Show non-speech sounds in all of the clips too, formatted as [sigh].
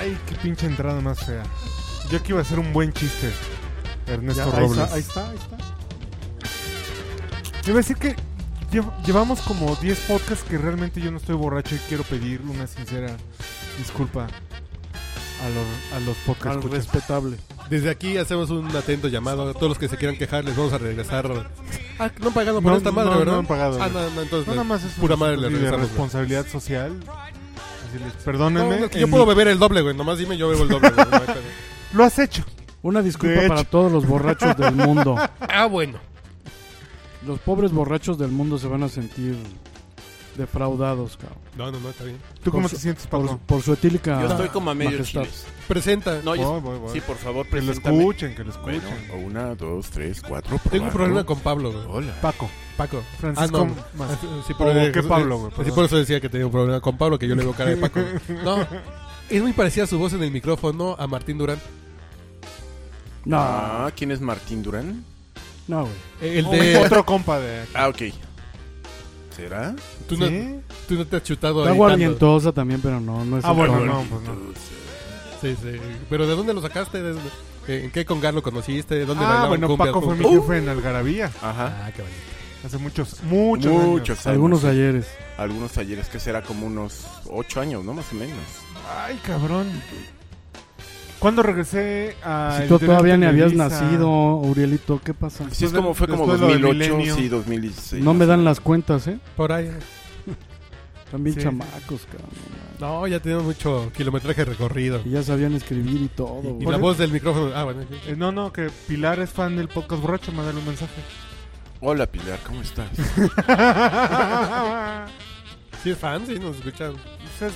Ay, qué pinche entrada más fea. Yo que iba a hacer un buen chiste, Ya, Ernesto ahí Robles. está, ahí está, ahí está. Yo iba a decir que llev- llevamos como 10 podcasts que realmente yo no estoy borracho y quiero pedir una sincera disculpa a los, a los podcasts. Al escuchas. respetable. Desde aquí hacemos un atento llamado a todos los que se quieran quejar, les vamos a regresar. Ah, no han pagado por No, esta madre, no, ¿verdad? no han pagado. Ah, no, no, entonces. No, nada más es pura una madre le actitud de regresamos. güey. responsabilidad social. Así les- No, Perdónenme. no, es que en yo puedo mi- beber el doble, güey. Nomás dime, yo bebo el doble. güey, no hay pedo. Lo has hecho. Una disculpa De para hecho. todos los borrachos [laughs] del mundo. [laughs] ah, bueno. Los pobres borrachos del mundo se van a sentir defraudados, cabrón. No, no, no, está bien. ¿Tú cómo Por te su- sientes, Por, Pablo? su- por su etílica. Yo estoy como a medio majestad. chiles. Presenta. No, Voy, yo- voy, voy. Sí, por favor, que lo preséntame. escuchen, que lo escuchen. Bueno, una, dos, tres, cuatro. Tengo un probando. problema con Pablo, güey. Hola. Paco, Paco. Francisco. Ah, Mas- Ah, sí, sí, ¿O eh, qué eh, Pablo, güey? sí, Perdón. por eso decía que tenía un problema con Pablo, que yo le veo cara de [laughs] Paco. güey. No, es muy parecida su voz en el micrófono a Martín Durán. No, Ah, ¿quién es Martín Durán? no, güey. Eh, El de... Oh, Otro compa de. Ah, ok. ¿Será? Tú, no, ¿Sí? tú no te has chutado Está ahí tanto. aguardientosa también, pero no, no es Ah, el bueno, tono. no, pues no. Sí, sí. Pero ¿de dónde lo sacaste? ¿Desde- eh, ¿En qué congar lo conociste? ¿De dónde Ah, bailaban bueno, cumbias Paco fue mi juntos? jefe en Algarabía Ajá. Ah, qué bonito. hace muchos, muchos, años. Muchos años. Algunos ayeres. Algunos talleres que será como unos ocho años, ¿no? Más o menos. Ay, cabrón. ¿Cuándo regresé a. si tú todavía ni habías nacido, Urielito, ¿qué pasa? Sí, Después es como, fue como después lo del 2008, milenio. sí, 2016. no me dan las cuentas, ¿eh? Por ahí. También Sí. chamacos, cabrón. no, No, ya tenemos mucho kilometraje recorrido. Y ya sabían escribir y todo, Y, güey. la voz del micrófono. Ah, bueno. sí. Eh, no, no, que Pilar es fan del podcast borracho, mandale un [laughs] mensaje. Hola, Pilar, ¿cómo estás? Sí, es fan, sí, nos escuchan. Ustedes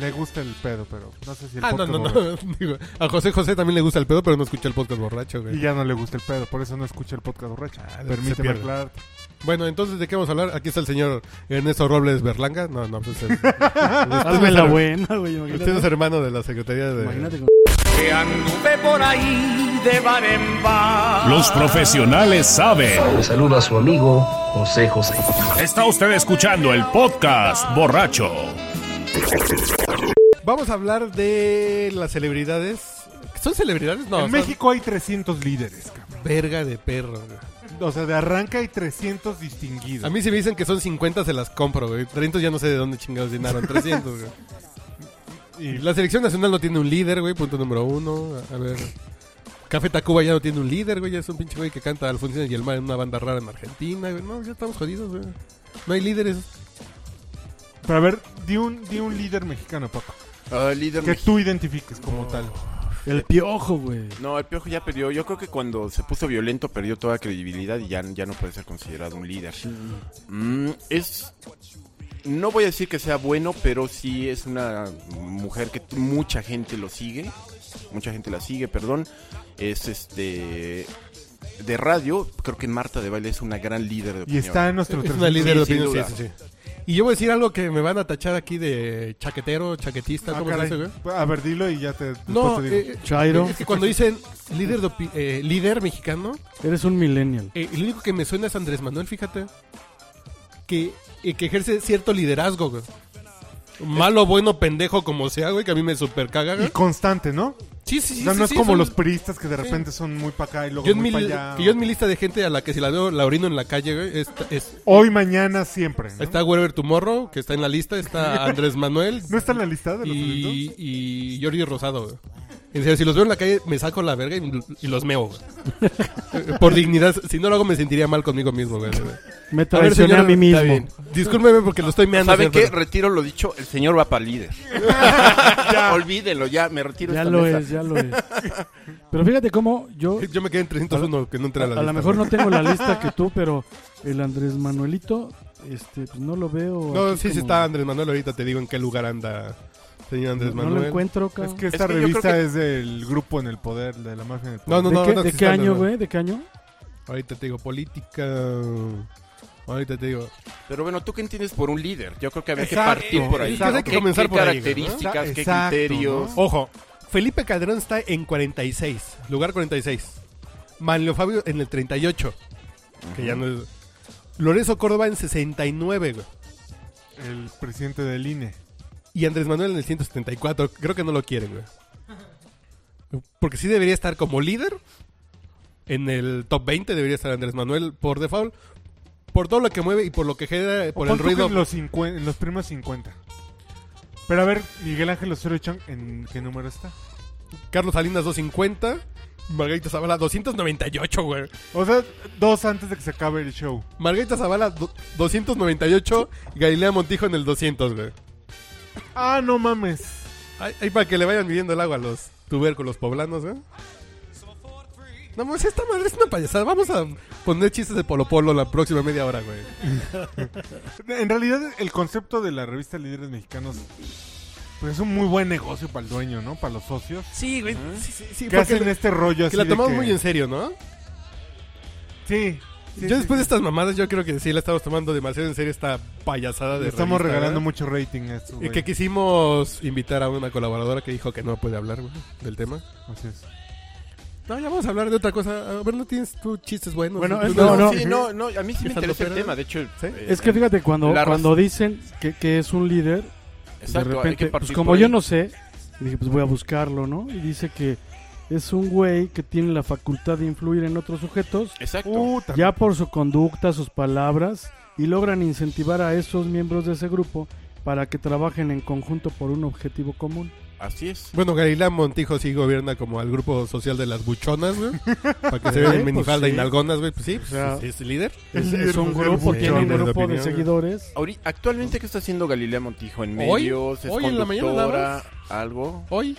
le gusta el pedo, pero no sé si el Ah, no, podcast no, borracho. no. [laughs] Digo, a José José también le gusta el pedo, pero no escucha el podcast borracho, Y güey. ya no le gusta el pedo, por eso no escucha el podcast borracho. Ah, se Permíteme pierde. aclarar. Bueno, entonces, ¿de qué vamos a hablar? Aquí está el señor Ernesto Robles Berlanga. No, no, [laughs] pues es... Hazme [laughs] la buena, güey. Usted es Imagínate. hermano de la Secretaría de... imagínate con- que anduve por ahí de bar en bar. Los profesionales saben. Le saluda a su amigo José José. Está usted escuchando el podcast borracho. Vamos a hablar de las celebridades. ¿Son celebridades? No, en son México hay 300 líderes, cabrón. verga de perro. güey. O sea, de arranque hay 300 distinguidos. A mí si me dicen que son 50 se las compro, güey. 300 ya no sé de dónde chingados llenaron. 300, güey. Y- La selección nacional no tiene un líder, güey. Punto número uno. A a ver. Café Tacuba ya no tiene un líder, güey. Ya es un pinche güey que canta Alfonso y el mar en una banda rara en Argentina, güey. No, ya estamos jodidos, güey. No hay líderes. Pero a ver, di un, di un líder mexicano, Paco. Ah, líder Que mexicano. tú identifiques como tal. El piojo, güey. No, el Piojo ya perdió. Yo creo que cuando se puso violento perdió toda credibilidad y ya, ya no puede ser considerado un líder. Mm, es. No voy a decir que sea bueno, pero sí es una mujer que t- mucha gente lo sigue. Mucha gente la sigue, perdón. Es este. De radio, creo que Marta de Baile es una gran líder de Y opinión. está en nuestro Es tercer- una líder de sin opinión, duda. sí, sí, sí. Y yo voy a decir algo que me van a tachar aquí de chaquetero, chaquetista, Ah, ¿cómo caray. se dice, güey? A ver, dilo y ya te, después No, te digo. eh, Chairo. Es que cuando dicen líder, de opi- eh, líder mexicano, Eres un millennial. eh, el único que me suena es Andrés Manuel, fíjate. Que, eh, que ejerce cierto liderazgo, güey. Malo, bueno, pendejo, como sea, güey, que a mí me super caga, Y güey. constante, ¿no? Sí, sí, sí. o sea, sí, no es sí, como son- los puristas que de repente son muy para acá y luego Yo en, muy mi, para allá. que yo en mi lista de gente a la que si la veo, la orino en la calle, güey, es- es- Hoy, mañana, siempre. ¿no? está Werber Tumorro, que está en la [laughs] lista, está Andrés Manuel ¿No está en la lista de los y... y, y Jordi Rosado, güey. En serio, si los veo en la calle, me saco la verga y, y los meo, [laughs] güey. Eh, Por dignidad, si no lo hago, me sentiría mal conmigo mismo, güey. Me traicioné a, mí mismo. está bien. Discúlpeme porque lo estoy meando. ¿Saben qué? señor, Retiro lo dicho, el señor va [laughs] para líder. [laughs] Olvídenlo, ya me retiro. Ya esta lo mesa. es, ya lo es. Pero fíjate cómo yo pero- [laughs] Yo me quedé en 301 que no entré a la a lo lista, mejor güey. no tengo la [laughs] lista que tú, pero el Andrés Manuelito, este, pues no lo veo. No, aquí sí, como- sí está Andrés Manuel. Ahorita te digo en qué lugar anda, señor Andrés No Manuel. lo encuentro, cabrón. Es que esta Es que yo revista creo que- es del grupo en el poder, de la mafia en el poder. No, no, ¿De, no. qué, no, de sí qué está año, Andrés Manuel. güey? ¿De qué año? Ahorita te digo, política. Ahorita te digo. Pero bueno, ¿tú qué entiendes por un líder? Yo creo que había Exacto, que partir por ahí. exacto. ¿Qué, Hay que comenzar qué por ahí, características, ¿no? qué Exacto, criterios? ¿no? Ojo, Felipe Calderón está en 46, lugar 46. Manlio Fabio en el 38, que ya no es... Lorenzo Córdoba en 69, güey. El presidente del E. INE. Y Andrés Manuel en el 174. Creo que no lo quieren, güey. Porque sí debería estar como líder. En el top 20 debería estar Andrés Manuel por default. Por todo lo que mueve y por lo que genera, eh, por O el pon tú que ruido. En los, cincuen- en los primeros 50. Pero a ver, Miguel Ángel Osorio Chong, ¿en qué número está? Carlos Salinas 250. Margarita Zavala 298, güey. O sea, dos antes de que se acabe el show. Margarita Zavala do- 298. y Galilea Montijo en el 200, güey. Ah, no mames. Ahí ahí para que le vayan midiendo el agua a los tubérculos poblanos, güey. No, pues esta madre es una payasada. Vamos a poner chistes de Polo Polo la próxima media hora, güey. En realidad, el concepto de la revista Líderes Mexicanos pues es un muy buen negocio para el dueño, ¿no? Para los socios. Sí, güey. Sí, sí, sí. que porque- hacen este rollo así. ¿Ah? que la de tomamos que- muy en serio, ¿no? Sí. sí, Yo sí, después de estas mamadas, yo creo que sí la estamos tomando demasiado en serio esta payasada sí. de Le estamos revista, regalando ¿verdad? mucho rating a estos. Y güeyes. que quisimos invitar a una colaboradora que dijo que no puede hablar güey, del tema. Así es. No, ya vamos a hablar de otra cosa. A ver, ¿no tienes tú chistes buenos? Bueno, ¿Tú es- no- No, no. no, sí, no, no, a mí sí me Esa interesa el lopera. tema, de hecho... Sí. eh, Es que fíjate, cuando, la cuando dicen que, que es un líder, Exacto, de hay repente, que pues partir como por yo ahí. no sé, dije, pues voy a buscarlo, ¿no? Y dice que es un güey que tiene la facultad de influir en otros sujetos, Exacto. Puta. ya por su conducta, sus palabras, y logran incentivar a esos miembros de ese grupo para que trabajen en conjunto por un objetivo común. Así es. Bueno, Galilea Montijo sí gobierna como al grupo social de las buchonas, [laughs] güey. para que se Sí, vean en pues minifalda sí. y nalgonas, güey. Pues sí, pues, sea, es, [laughs] es líder. Es, líder es un social, grupo, sí. tiene un Millones de grupo de opiniones. seguidores. Ahori- actualmente, ¿qué está haciendo Galilea Montijo? ¿En Hoy, medios? ¿Es hoy en la mañana conductora? dabas. ¿Algo? Hoy,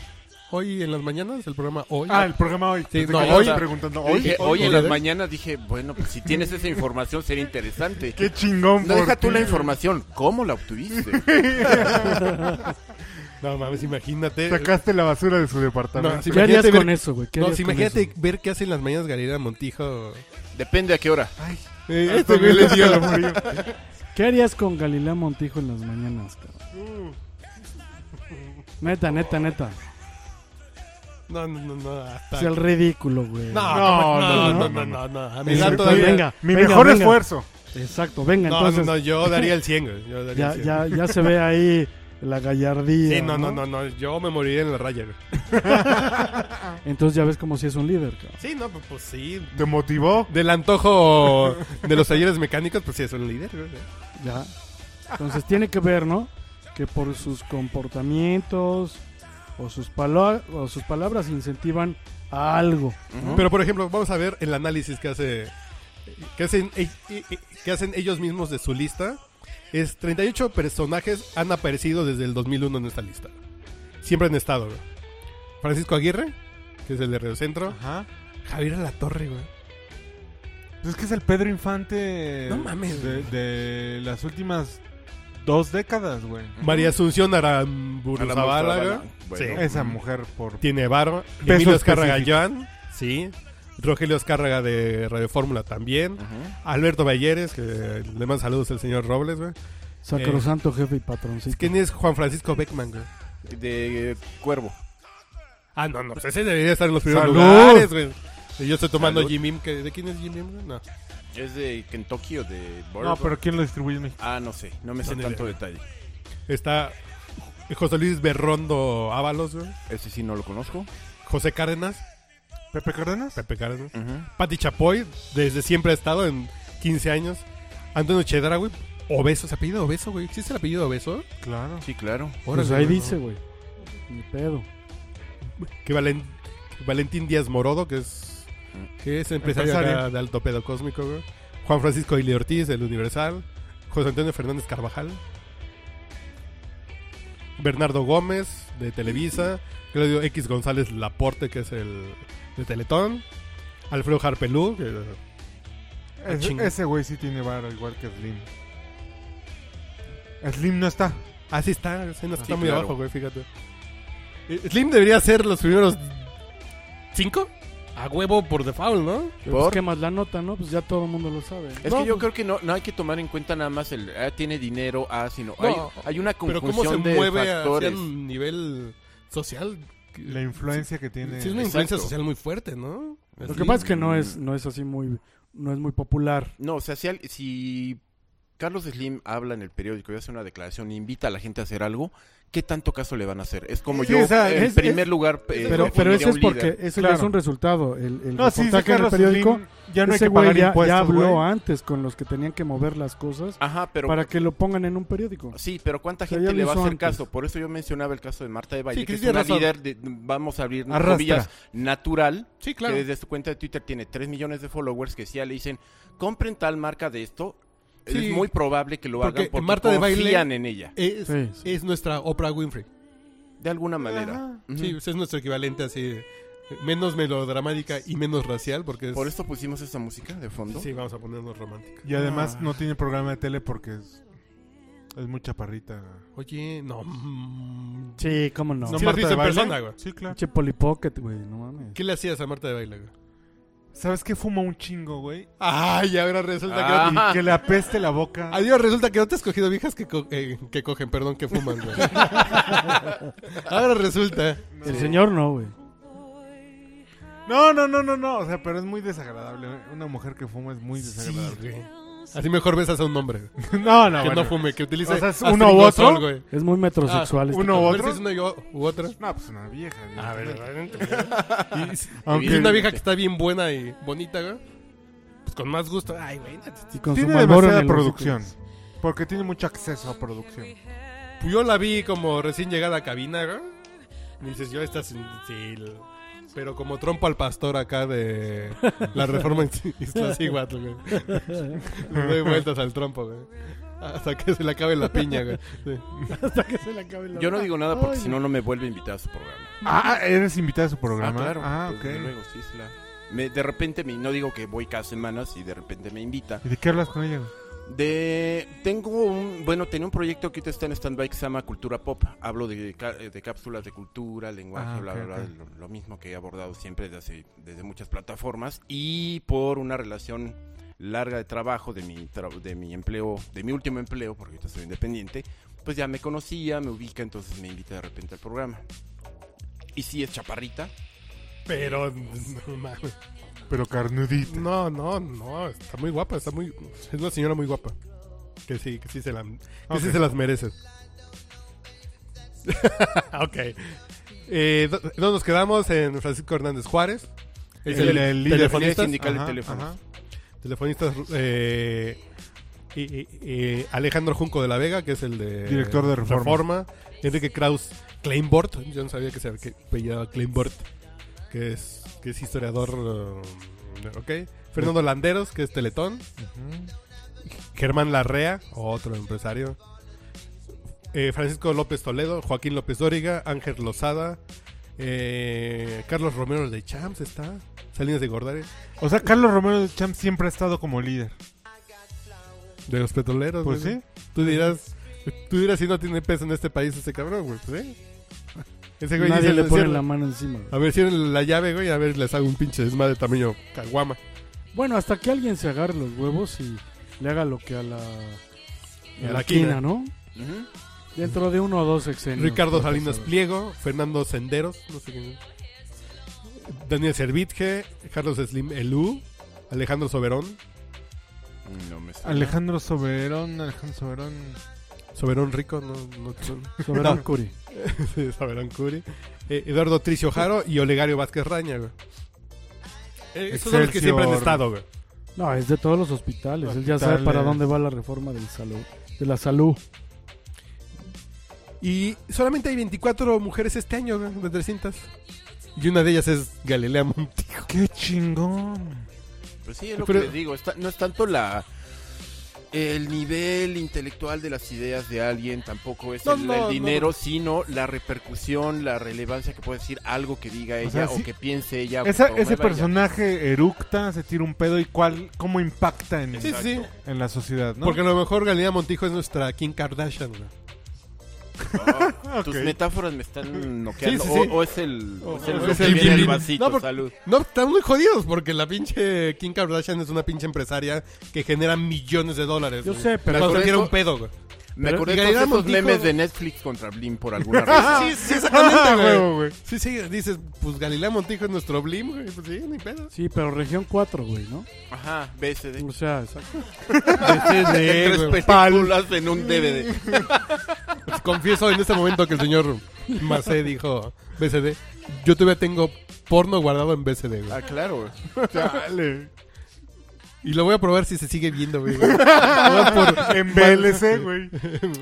hoy en las mañanas, el programa Hoy. Ah, el programa hoy. Sí, Pensé no, que me hoy- estabas preguntando Hoy, hoy. dije, hoy, hoy en hoy, las ¿ves? mañanas dije, bueno, pues si tienes esa información sería interesante. Qué chingón, No por deja tú ti. la información, ¿cómo la obtuviste? No mames, imagínate. Sacaste la basura de su departamento. No, sí, ¿Qué harías Imagínate ver- con eso, güey? ¿Qué No, harías sí, con imagínate eso? ver qué hacen las mañanas Galilea Montijo. Depende a qué hora. Eh, Hasta este güey le Miguel dio [laughs] Ángel la- Murillo. ¿Qué harías con Galilea Montijo en las mañanas, cabrón? Neta, neta, neta. No, no, no, no. hasta- O sea, el ridículo, güey. No, No, no, no, no, no, no, no, no, no. A mi Mi, edad mi- todavía- Pues venga. mi mejor venga. esfuerzo. Exacto, venga, No, entonces. no, no, yo daría el 100, güey. Yo daría ya, el 100. ya, ya se ve ahí la gallardía. Sí, no, no, no, no, yo me moriría en la raya, güey. Entonces ya ves como si es un líder, cabrón. Sí, no, pues, pues sí. ¿Te motivó? Del antojo de los talleres mecánicos, pues sí, es un líder, güey. Ya. Entonces tiene que ver, ¿no? Que por sus comportamientos o sus, palo- o sus palabras incentivan a algo. ¿no? Pero, por ejemplo, vamos a ver el análisis que hace... Que hacen, e- e- e- que hacen ellos mismos de su lista. Es 38 personajes han aparecido desde el 2001 en esta lista. Siempre han estado, güey. Francisco Aguirre, que es el de Río Centro. Ajá. Javier Alatorre, güey. Pues Es que es el Pedro Infante No mames, de, de las últimas dos décadas, güey. María Asunción Aramburuzabala, güey. Bueno. Sí. Esa mujer por... Tiene barba. Peso Emilio Escárraga específico. Joan, sí. Rogelio Escárraga de Radio Fórmula también. Ajá. Alberto Balleres, que le mando saludos al señor Robles, güey. Sacrosanto jefe y patroncito. ¿Quién Eh. es Juan Francisco Beckman, güey? De eh, Cuervo. Ah, no, no, pues ese debería estar en los primeros ¡Salud! lugares, güey. Yo estoy tomando ¡Salud! Jim Beam, que- ¿De quién es Jim Beam, güey? No. ¿Es de Kentucky o de Burger? No, pero ¿quién lo distribuye en México? Ah, no sé, no me sé No, ni tanto detalle. Está José Luis Berrondo Ábalos, güey. Ese sí no lo conozco. José Cárdenas, ¿Pepe Cárdenas? Pepe Cárdenas. Ajá. Pati Chapoy, desde siempre ha estado en 15 años. Antonio Chedra, güey. Obeso, ¿se apellido Obeso, güey? ¿Existe el apellido Obeso? Claro. Sí, claro. Pues Órale, ahí güey, dice, güey. Ni pedo. que Valen- que Valentín Díaz Morodo, que es, que es empresario, Empresario. acá de alto pedo cósmico, güey. Juan Francisco Ili Ortiz, del Universal, José Antonio Fernández Carvajal, Bernardo Gómez, de Televisa, Claudio X González Laporte, que es el de Teletón, Alfredo Harpelú, que- Ese, chinga. ese güey sí tiene vara igual que Slim. Slim no está. así ah, está, así no está Sí, muy claro. abajo, güey, fíjate. Eh, Slim debería ser los primeros cinco, a huevo por default, ¿no? Pero ¿Por? pues, ¿qué más la nota, no? Pues ya todo el mundo lo sabe. Es No, que yo pues- creo que no, no hay que tomar en cuenta nada más el ah, tiene dinero, ah, sino No, hay, hay una Pero cómo se conjunción de mueve hacia factores. un nivel social, La influencia que tiene. Sí, es una influencia Exacto. social muy fuerte, ¿no? Lo que pasa es que no es, no es así muy, no es muy popular. No, o sea, si, al- si Carlos Slim habla en el periódico y hace una declaración, e invita a la gente a hacer algo, ¿qué tanto caso le van a hacer? Es como Sí, yo, o sea, en es- primer es- lugar, eh, Pero, pero defendería eso a un es porque líder. eso Claro. ya es un resultado. El, el No, sí, sí, reportaje en el Carlos periódico, Slim, ya no hay ese que güey pagar ya, ya impuestos. habló ah. güey. antes con los que tenían que mover las cosas Ajá, pero... para que lo pongan en un periódico. Sí, pero ¿cuánta O sea, gente ya lo le va a hizo hacer antes. caso? Por eso yo mencionaba el caso de Marta de Valle, Sí, que es Cristian una razón. líder, de, vamos a abrir Arrastra. comillas, natural, Sí, claro. que desde su cuenta de Twitter tiene 3 millones de followers que si ya le dicen, compren tal marca de esto, Sí. es muy probable que lo Porque hagan porque Marta de Baile- confían en ella, Es, Sí, sí. es nuestra Oprah Winfrey. de alguna manera. Ujú. Sí, ese es nuestro equivalente así. eh, Menos melodramática y menos racial, porque es. Por eso pusimos esa música de fondo. Sí, vamos a ponernos romántica. Y además no tiene programa de tele porque es, es muy chaparrita. Oye, no. mm, Sí, cómo no. No, sí Marta las hizo de en Baile. persona, güey. Sí, claro. Pinche polipocket, güey, no mames. ¿Qué le hacías a Marta de baile, güey? ¿Sabes qué fuma un chingo, güey? Ay, ahora resulta que. Ah. Y que le apeste la boca. No, adiós, resulta que no te has escogido viejas que, co- eh, que cogen, perdón, que fuman, [laughs] güey. ahora resulta. El señor no, güey. No, no, no, no, no. O sea, pero es muy desagradable. güey. Una mujer que fuma es muy Sí, desagradable. güey. Así mejor besas a un hombre [laughs] güey. no, no, que Ah, bueno. no fume, que utilice. O sea, es astringosol, uno u otro. güey. Es muy metrosexual. Ah, este uno u cabrón. A ver otro. si es una yo- u otra. No, pues una vieja. A ver, [laughs] evidentemente. Y Aunque si una vieja que está bien buena y bonita, güey. Pues con más gusto. Ay, güey. este, Y con su pues. tiene Marlboro en demasiada el hocico. producción. Porque tiene mucho acceso a producción. pues Yo la vi como recién llegada a cabina, güey. Y dices, yo esta sin- sí, l- Pero como trompo al pastor acá de la reforma en Iztaccíhuatl, güey. [laughs] Le doy vueltas al trompo, güey. Hasta que se le acabe la piña, güey. Sí. [laughs] Hasta que se le acabe la Yo no digo nada porque Ay. si no, no me vuelve a invitar a su programa. Ah, eres invitada a su programa. Ah, pues, ok. desde luego, sí, es la- Me- de repente, me, no digo que voy cada semana, si de repente me invita. ¿Y de qué hablas con ella? güey? De, tengo un, bueno, tenía un proyecto que ahorita está en stand-by que se llama Cultura Pop. Hablo de, ca- eh, de cápsulas de cultura, lenguaje, Ah, bla, ok, bla, ok. bla, lo, lo mismo que he abordado siempre desde, hace- desde muchas plataformas. Y por una relación larga de trabajo de mi, tra- de mi empleo, de mi último empleo, porque ahorita soy independiente, pues ya me conocía, me ubica, entonces me invita de repente al programa. Y sí, es chaparrita. Pero, no mames. Pero carnudita. No, no, no, está muy guapa, está muy es una señora muy guapa. Que sí, que sí se la que sí Ok. se las merece. [laughs] ok. Eh, do- ¿dónde nos quedamos en Francisco Hernández Juárez. Es El- el, el líder. telefonista, Líder sindical de teléfonos. telefonista eh, y- y- y Alejandro Junco de la Vega, que es el de Director de Reforma. Reforma. Enrique Kraus Kleinbort, yo no sabía que se que apellidaba Kleinbort, que es que es historiador, eh, ok. Fernando Landeros, que es Teletón. Germán Larrea, otro empresario. Eh, Francisco López Toledo, Joaquín López Dóriga, Ángel Lozada, eh, Carlos Romero de Champs está, Salinas de Gordares, O sea, Carlos Romero del Champ siempre ha estado como líder. de los petroleros. Pues güey. sí. Tú dirás, tú dirás si no tiene peso en este país ese cabrón, güey. Pues, [laughs] ¿eh? Ese güey Nadie dice, le pone "Cierra- la mano encima. güey. A ver, cierren la llave, güey, a ver, les hago un pinche desmadre tamaño caguama. Bueno, hasta que alguien se agarre los huevos y le haga lo que a la, a la la quina. quina, ¿no? Ujú. Dentro de uno o dos sexenios. Ricardo creo que Salinas sabe. Pliego, Fernando Senderos, no sé quién es. Daniel Servitje, Carlos Slim Elú, Alejandro Soberón, No me suena. Alejandro Soberón, Alejandro Soberón. Soberón Rico, no, no no- [laughs] Soberón No. Curi. sí, Soberón Curi, eh, Eduardo Tricio Jaro y Olegario Vázquez Raña, güey. Eh, esos son los que Excelsior. siempre han estado, güey. No, es de todos los hospitales. Él ya sabe Hospitales. para dónde va la reforma del salud, de la salud. Y solamente hay 24 mujeres este año, güey, de 300. Y una de ellas es Galilea Montijo. ¡Qué chingón! Pues sí, es lo Pero- que les digo. está- no es tanto la el nivel intelectual de las ideas de alguien, tampoco es No, el, no, el no, dinero, no. sino la repercusión, la relevancia que puede decir algo que diga ella O o, sea, sí- que piense ella. o Esa- que ese promueva ella. personaje eructa, se tira un pedo y cuál, cómo impacta en, Sí, sí, sí. en la sociedad, ¿no? Porque a lo mejor Galilea Montijo es nuestra Kim Kardashian, güey. [laughs] Oh, Tus metáforas me están noqueando. Sí, sí, sí. O, o es el, o es el, o que es el viene en el violín. vasito, No, porque- salud. No, están muy jodidos porque la pinche Kim Kardashian es una pinche empresaria que genera millones de dólares. Yo güey. sé, pero- Entonces Por tira eso- un pedo, güey. Me Pero- acordé y de todos Galilea esos Montijo- memes de Netflix contra Blim por alguna razón. [laughs] Sí, sí, Ah, exactamente, güey. huevo, güey. Sí, sí, dices, pues Galilea Montijo es nuestro Blim, güey. Pues sí, ni pedo. Sí, pero región 4, güey, ¿no? Ajá, [laughs] BSD. O sea, exacto. [laughs] Tres películas en un DVD. Confieso en este momento que el señor Macé dijo BCD. Yo todavía tengo porno guardado en BCD, güey. Ah, claro. Y lo voy a probar si se sigue viendo, [laughs] güey. En BLC, güey.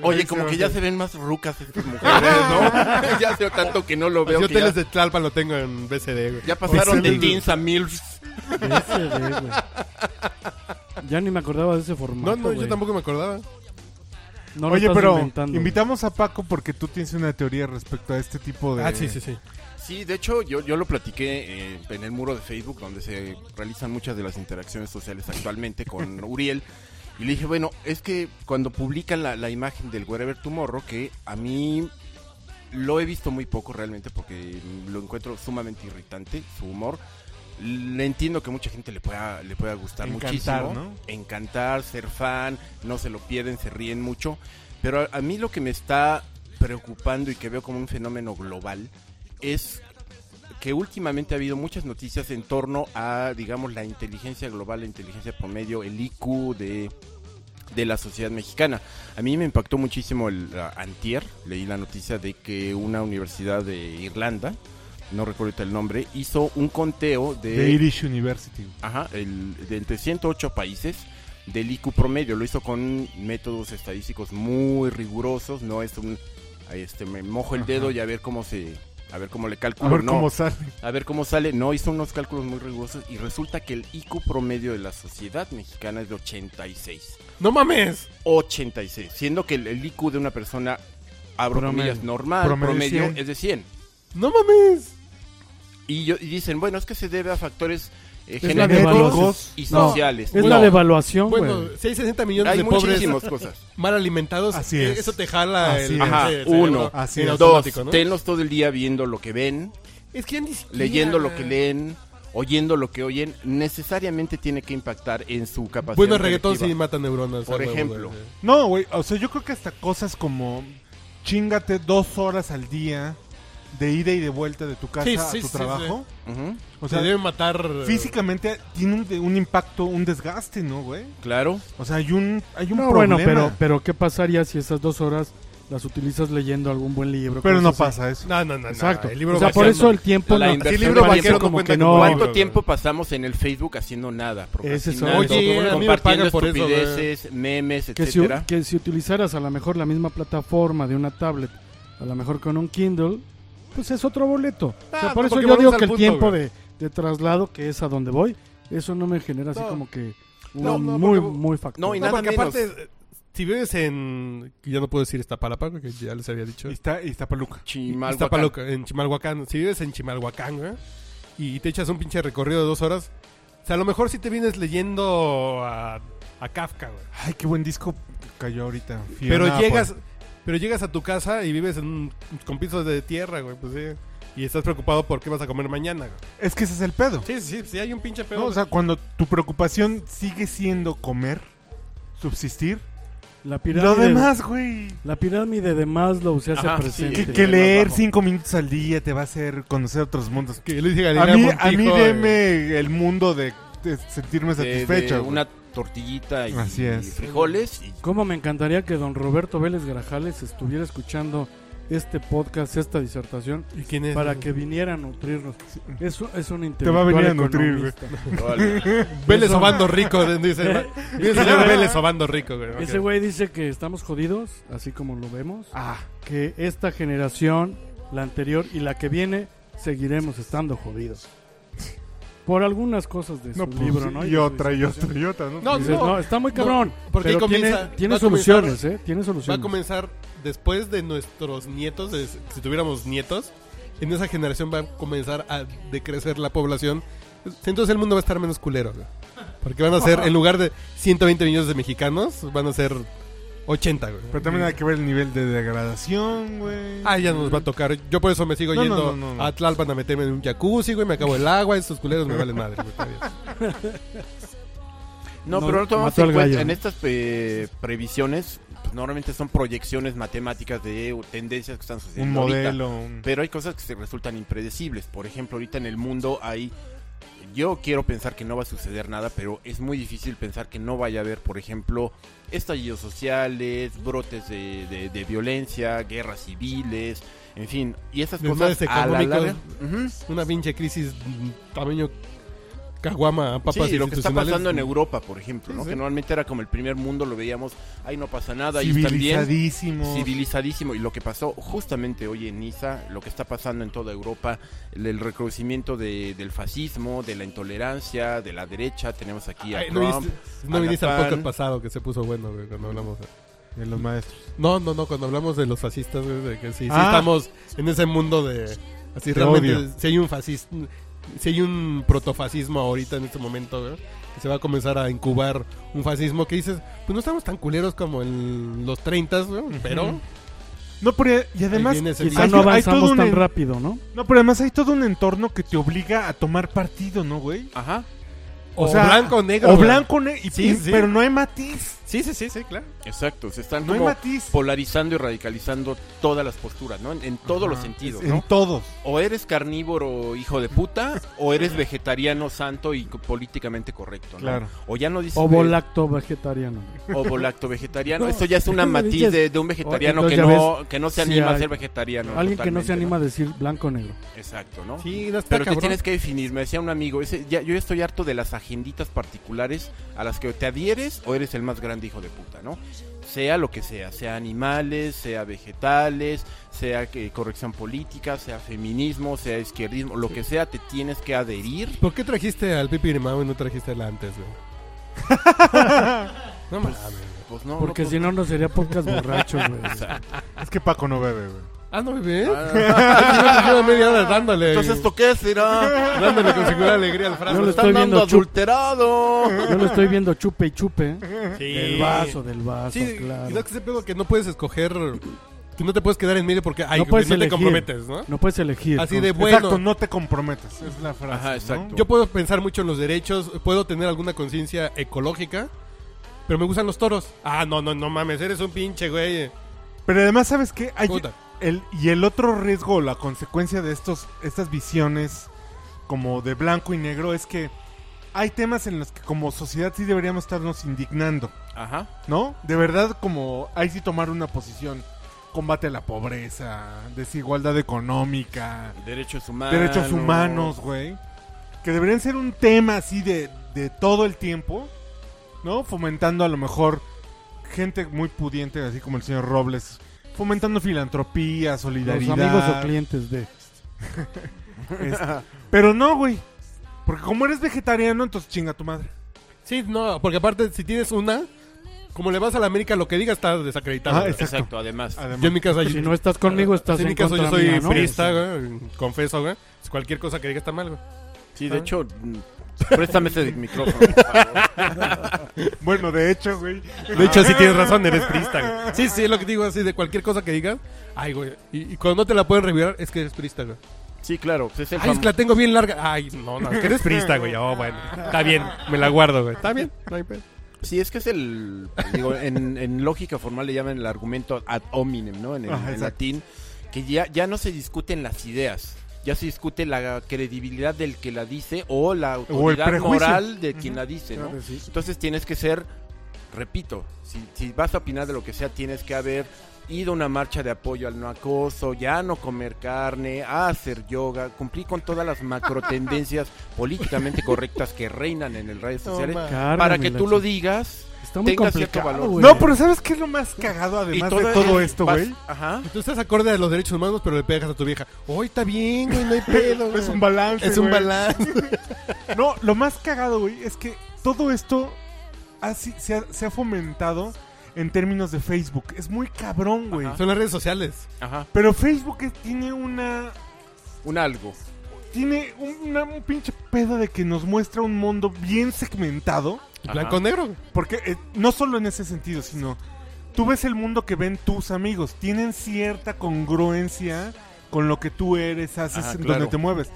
Oye, como que ya se ven más rucas [laughs] estas mujeres, ¿no? [laughs] ya hace tanto que no lo veo. Yo que ya, teles de Tlalpan lo tengo en BCD, güey. ya pasaron de BCD. teens a milfs. BCD, güey. Ya ni me acordaba de ese formato. No, no, yo güey. tampoco me acordaba. No lo Oye, estás pero inventando, güey. invitamos a Paco porque tú tienes una teoría respecto a este tipo de... Ah, sí, sí, sí. Sí, de hecho, yo, yo lo platiqué eh, en el muro de Facebook, donde se realizan muchas de las interacciones sociales actualmente [laughs] con Uriel. Y le dije, bueno, es que cuando publican la, la imagen del Wherever Tomorrow, que a mí lo he visto muy poco realmente porque lo encuentro sumamente irritante, su humor. Le entiendo que mucha gente le pueda, le pueda gustar Encantar, muchísimo. ¿no? Encantar, ser fan, no se lo pierden, se ríen mucho. Pero a, a mí lo que me está preocupando y que veo como un fenómeno global es que últimamente ha habido muchas noticias en torno a, digamos, la inteligencia global, la inteligencia promedio, el IQ de, de la sociedad mexicana. A mí me impactó muchísimo el la- antier, leí la noticia de que una universidad de Irlanda, no recuerdo ahorita el nombre, hizo un conteo de... De Irish University. güey. Ajá, el, de entre 108 países del IQ promedio. Lo hizo con métodos estadísticos muy rigurosos. No es un. ahí Este, me mojo el dedo y a ver cómo se. A ver cómo le calculo. A ver no. cómo sale. A ver cómo sale. No, hizo unos cálculos muy rigurosos y resulta que el IQ promedio de la sociedad mexicana es de 86. ¡No mames! 86. Siendo que el, el IQ de una persona, abro Promedio. comillas, normal, Promedio promedio 100. es de 100. ¡No mames! Y, yo- y dicen, bueno, es que se debe a factores eh, Es la genéticos devaluación. y No, sociales. Es No, la devaluación, güey. Bueno, si hay 60 millones hay de pobres [laughs] muchísimas cosas. mal alimentados, Así eh, es. eso te jala Así el, es. Ajá, el cerebro uno. Así en es. Dos, automático, ¿no? tenlos todo el día viendo lo que ven, Es que ya ni siquiera- leyendo lo que leen, oyendo lo que oyen, necesariamente tiene que impactar en su capacidad. Bueno, el reggaetón sí intelectiva. mata neuronas. Por a huevo, ejemplo. güey. No, güey, o sea, yo creo que hasta cosas como chingate dos horas al día de ida y de vuelta de tu casa Sí, a sí, tu sí, trabajo. Ujú, O Se sea, deben matar... eh, físicamente tiene un, de- un impacto, un desgaste, ¿no, güey? Claro. O sea, hay un, hay un No, problema. bueno, pero, pero ¿qué pasaría si esas dos horas las utilizas leyendo algún buen libro? Pero no pues, cosas así? pasa eso. No, no, no. no, Exacto. El libro o sea, por vaquero eso no. el tiempo La no- inversión el del tiempo vaquero no como cuenta que como no. ¿Cuánto bro. tiempo pasamos en el Facebook haciendo nada? Ese es procrastinando, otro. Oye, a mí me compartiendo pagan por eso, güey. estupideces, memes, Que si, etcétera. que si utilizaras a lo mejor la misma plataforma de una tablet, a lo mejor con un Kindle, pues es otro boleto. o sea, Ah, por no, eso porque yo digo volvemos al que el punto, tiempo güey. de, de traslado, que es a donde voy, eso no me genera así No. como que un No, no, muy, porque- muy factor. No, y No, nada porque menos. aparte, eh, si vives en... que Ya no puedo decir esta palapa, que ya les había dicho. Y está, y está Paluca. Chimalhuacán. Iztapaluca, en Chimalhuacán. Si vives en Chimalhuacán, güey, y te echas un pinche recorrido de dos horas, o sea, a lo mejor si te vienes leyendo a, a Kafka, güey. Ay, qué buen disco cayó ahorita. Fiona Pero Apple. llegas, pero llegas a tu casa y vives en un- con pisos de tierra, güey, pues sí. Y estás preocupado por qué vas a comer mañana, güey. Es que ese es el pedo. Sí, sí, sí, hay un pinche pedo. ¿no? O sea, cuando tu preocupación sigue siendo comer, subsistir, la lo pirámide, demás, güey. La pirámide de Maslow se hace Ajá, sí. presente. Que, Sí, que más leer bajo. cinco minutos al día te va a hacer conocer otros mundos. que Luis Galilea A mí, Montijo, a mí eh, deme el mundo de, de sentirme de- de satisfecho. güey. una tortillita y, Así es. y frijoles y ¿Cómo me encantaría que don Roberto Vélez Garajales estuviera escuchando este podcast, esta disertación, ¿Y quién es? para que viniera a nutrirnos? Eso es un Te va a venir a intelectual nutrir, economista. Vélez Eso- Obando Rico, dice. [laughs] Dice el señor Vélez Obando Rico, güey. ok. Ese güey dice que estamos jodidos, así como lo vemos, Ah, que esta generación, la anterior y la que viene, seguiremos estando jodidos. Por algunas cosas de su no, pues, libro, ¿no? Y, de su otra, y disertación. otra, y otra. ¿no? No, Dices, no, está muy cabrón. porque ahí pero comienza- tiene, tiene va a comenzar- soluciones, ¿eh? Tiene Va a soluciones. comenzar después de nuestros nietos, de- si tuviéramos nietos, en esa generación va a comenzar a decrecer la población. Entonces el mundo va a estar menos culero, güey. Porque van a ser, en lugar de 120 millones de mexicanos, van a ser 80, güey. Pero también hay que ver el nivel de degradación, güey. Ah, ya nos va a tocar. Yo por eso me sigo No, no, yendo no, no, no. a Tlalpan a meterme en un jacuzzi, güey. Me acabo el agua, estos culeros [laughs] me valen madre, güey. está bien. No, No, pero no tomamos mató en al cuenta gallo. en estas eh, previsiones, pues normalmente son proyecciones matemáticas de eh, tendencias que están un sucediendo. ahorita. modelo. un- Pero hay cosas que se resultan impredecibles. Por ejemplo, ahorita en el mundo hay... Yo quiero pensar que no va a suceder nada, pero es muy difícil pensar que no vaya a haber, por ejemplo, estallidos sociales, brotes de, de- de violencia, guerras civiles, en fin. Y esas Desmadres cosas a la económicos. larga- Ujú. Una pinche crisis mm, tamaño caguama, papas sí, lo que está institucionales. pasando en Europa, por ejemplo, ¿no? sí. que normalmente era como el primer mundo, lo veíamos, ahí no pasa nada, ahí están bien, Civilizadísimo. civilizadísimo. Y lo que pasó justamente hoy en Niza, lo que está pasando en toda Europa, el, el recrudecimiento de- del fascismo, de la intolerancia, de la derecha, tenemos aquí a Ay, no Trump. viniste, a no la viniste al pan. podcast pasado que se puso bueno güey, cuando hablamos. de- De los maestros. No, no, no, cuando hablamos de los fascistas, güey, de que sí, sí Ah. estamos en ese mundo de... Así Te realmente, odio. si hay un fascista, si hay un protofascismo ahorita en este momento, güey, que se va a comenzar a incubar un fascismo que dices, pues no estamos tan culeros como en los 30, güey, pero... No, pero y además. Ahí viene ese Quizá Hay- no hay todo avanzamos un tan en- rápido, ¿no? No, pero además hay todo un entorno que te obliga a tomar partido, ¿no, güey? Ajá. O, blanco o negro. O güey. blanco, ne- y- Sí, y- sí. pero no hay matiz. Sí, sí, sí, sí, claro. Exacto, se están No hay como matiz. polarizando y radicalizando todas las posturas, ¿no? En, en todos los sentidos, En ¿no? todos. O eres carnívoro hijo de puta, o eres vegetariano santo y co- políticamente correcto, ¿no? Claro. O ya no dices... Ovo lacto vegetariano. Ovo lacto [laughs] vegetariano. No, Esto ya es una no me matiz digas. de, de un vegetariano que Entonces ya no, que no se sí anima a hay- ser vegetariano. Alguien que no se totalmente, anima a decir blanco o negro. Exacto, ¿no? Sí, no está Pero te cabrón. tienes que definir, me decía un amigo, ese, ya, yo estoy harto de las agenditas particulares a las que te adhieres o eres el más grande hijo de puta, ¿no? Sea lo que sea, sea animales, sea vegetales, sea que- corrección política, sea feminismo, sea izquierdismo, lo que sea, te tienes que adherir. ¿Por qué trajiste al Pipi Irmao y no trajiste la antes, güey? no mames. Pues no, Porque no, si no, no sería podcast borracho, güey. Es que Paco no bebe, güey. Ah, no, bebé. pues- [laughs] Yo media hora dándole. Entonces, ¿esto qué será? [laughs] dándole con segura alegría al Yo frasco. lo Lo estoy están dando viendo chup- adulterado. Yo lo estoy viendo chupe y chupe. Sí. Del vaso, del vaso, Sí, claro. y no es que ese pedo que no puedes escoger, que no te puedes quedar en medio porque ay, No no, puedes no te elegir. comprometes, ¿no? No puedes elegir. Así ¿no? de bueno. Exacto, no te comprometas. Es la frase. Ajá, ¿no? exacto. Yo puedo pensar mucho en los derechos, puedo tener alguna conciencia ecológica, pero me gustan los toros. Ah, no, no, no mames, eres un pinche güey. Pero además, ¿sabes qué? Hay- Puta. el, y el otro riesgo o la consecuencia de estos, estas visiones como de blanco y negro es que hay temas en los que como sociedad sí deberíamos estarnos indignando, Ajá. ¿no? De verdad, como hay sí tomar una posición. Combate a la pobreza, desigualdad económica, Derechos humanos. derechos humanos, güey. Que deberían ser un tema así de, de todo el tiempo, ¿no? Fomentando a lo mejor gente muy pudiente, así como el señor Robles. Fomentando filantropía, Los solidaridad. amigos o clientes de. este, Pero no, güey. Porque como eres vegetariano, entonces chinga tu madre. Sí, no, porque aparte si tienes una, como le vas a la América, lo que diga está desacreditado. Ah, güey. exacto. Exacto, además. Además. Yo en mi casa Si no estás conmigo, estás Sí, en mi en caso contra yo soy mía, ¿no? priista, güey, confeso, güey. Cualquier cosa que diga está mal, güey. Sí, de hecho, mm, Ah. préstame [laughs] ese micrófono, por favor. Bueno, de hecho, güey. De hecho, sí tienes razón, [laughs] eres priista, güey. Sí, sí, es lo que digo así, de cualquier cosa que digas. Ay, güey. Y, y cuando no te la pueden revirar, es que eres priista, güey. Sí, claro. pues es el Ay, es fam- que la tengo bien larga. Ay, no, no, es que eres priista, güey. Oh, bueno. Está bien, me la guardo, güey. Está bien, no hay pedo. Sí, es que es el... Digo, en, en lógica formal le llaman el argumento ad hominem, ¿no? En, el- Ajá, en exacto. latín. Que ya, ya no se discuten las ideas. Ya se discute la credibilidad del que la dice o la autoridad prejuicio. moral de quien la dice, ¿no? Claro que sí. Entonces tienes que ser, repito, si, si vas a opinar de lo que sea, tienes que haber ido a una marcha de apoyo al no acoso, ya no comer carne, a hacer yoga, cumplir con todas las macro tendencias políticamente correctas que reinan en el redes sociales, Cárgame para que la tú lo chingada. digas Está muy tenga cierto complicado, valor. güey. No, [laughs] pero ¿sabes qué es lo más cagado además de todo el- esto, vas- güey? Ajá. Tú estás acorde a los derechos humanos, pero le pegas a tu vieja. Hoy está bien, güey, no hay pedo, güey. Es un balance. [laughs] Es un güey. balance. No, lo más cagado, güey, es que todo esto ha si- se, ha, se ha fomentado en términos de Facebook. Es muy cabrón, güey. Son las redes sociales. Ajá. Pero Facebook es- tiene una... Un algo. Tiene un- una- un pinche pedo de que nos muestra un mundo bien segmentado. Ajá. Blanco-negro, güey. Porque eh, no solo en ese sentido, sino tú ves el mundo que ven tus amigos. Tienen cierta congruencia con lo que tú eres, haces, Ajá, en claro. donde te mueves.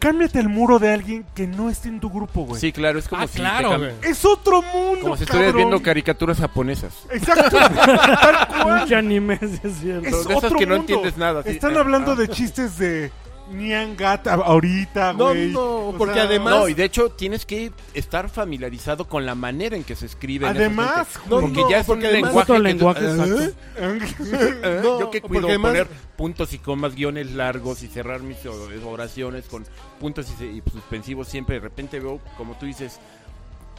cámbiate el muro de alguien que no esté en tu grupo, güey. pues. Sí, claro, es como Ah, si te claro, cam- güey. Es otro mundo, Como si estuvieras cabrón. viendo caricaturas japonesas. Exacto. Tal [laughs] cual. Pinche anime, sí es cierto. Es de esas otro que no mundo. entiendes nada, así, Están ah, hablando ah. de chistes de Niangata ahorita, No, Ah, güey. no, O porque además- ¿Eh? No, y de hecho tienes que estar familiarizado con la manera en que se escribe. Además, No, porque no, ya es porque un además- lenguaje. Otro que- lenguaje, ¿Eh? exacto. ¿Eh? [laughs] No, Yo que porque cuido además- poner puntos y comas, guiones largos y cerrar mis o- oraciones con puntos y, se- y suspensivos siempre. De repente veo, como tú dices,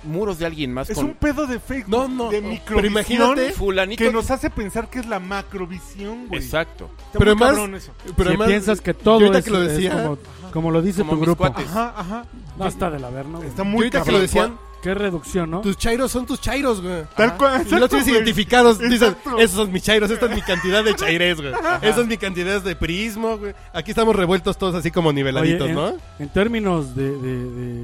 muros de alguien más es con un pedo de fake, No, no, de pero microvisión imagínate- fulanito. que nos hace pensar que es la macrovisión, güey. Exacto. Está Pero muy más- cabrón eso. Pero si además- piensas que yo todo ahorita es, que lo es decía- como, como lo dice Como tu mis grupo. Ah, cuates. Ajá, ajá. No, está de la verga, güey. Está Yo muy ahorita que lo cabrón. decían, Qué reducción, ¿no? tus chairos son tus chairos, güey. Tal cual. Y los exacto, tienes güey. identificados, dices, Exacto. esos son mis chairos, esta es mi cantidad de chaires, güey. Esa es mi cantidad de prismo, güey. Aquí estamos revueltos todos así como Oye, eh, niveladitos, en, ¿no? en términos de, de,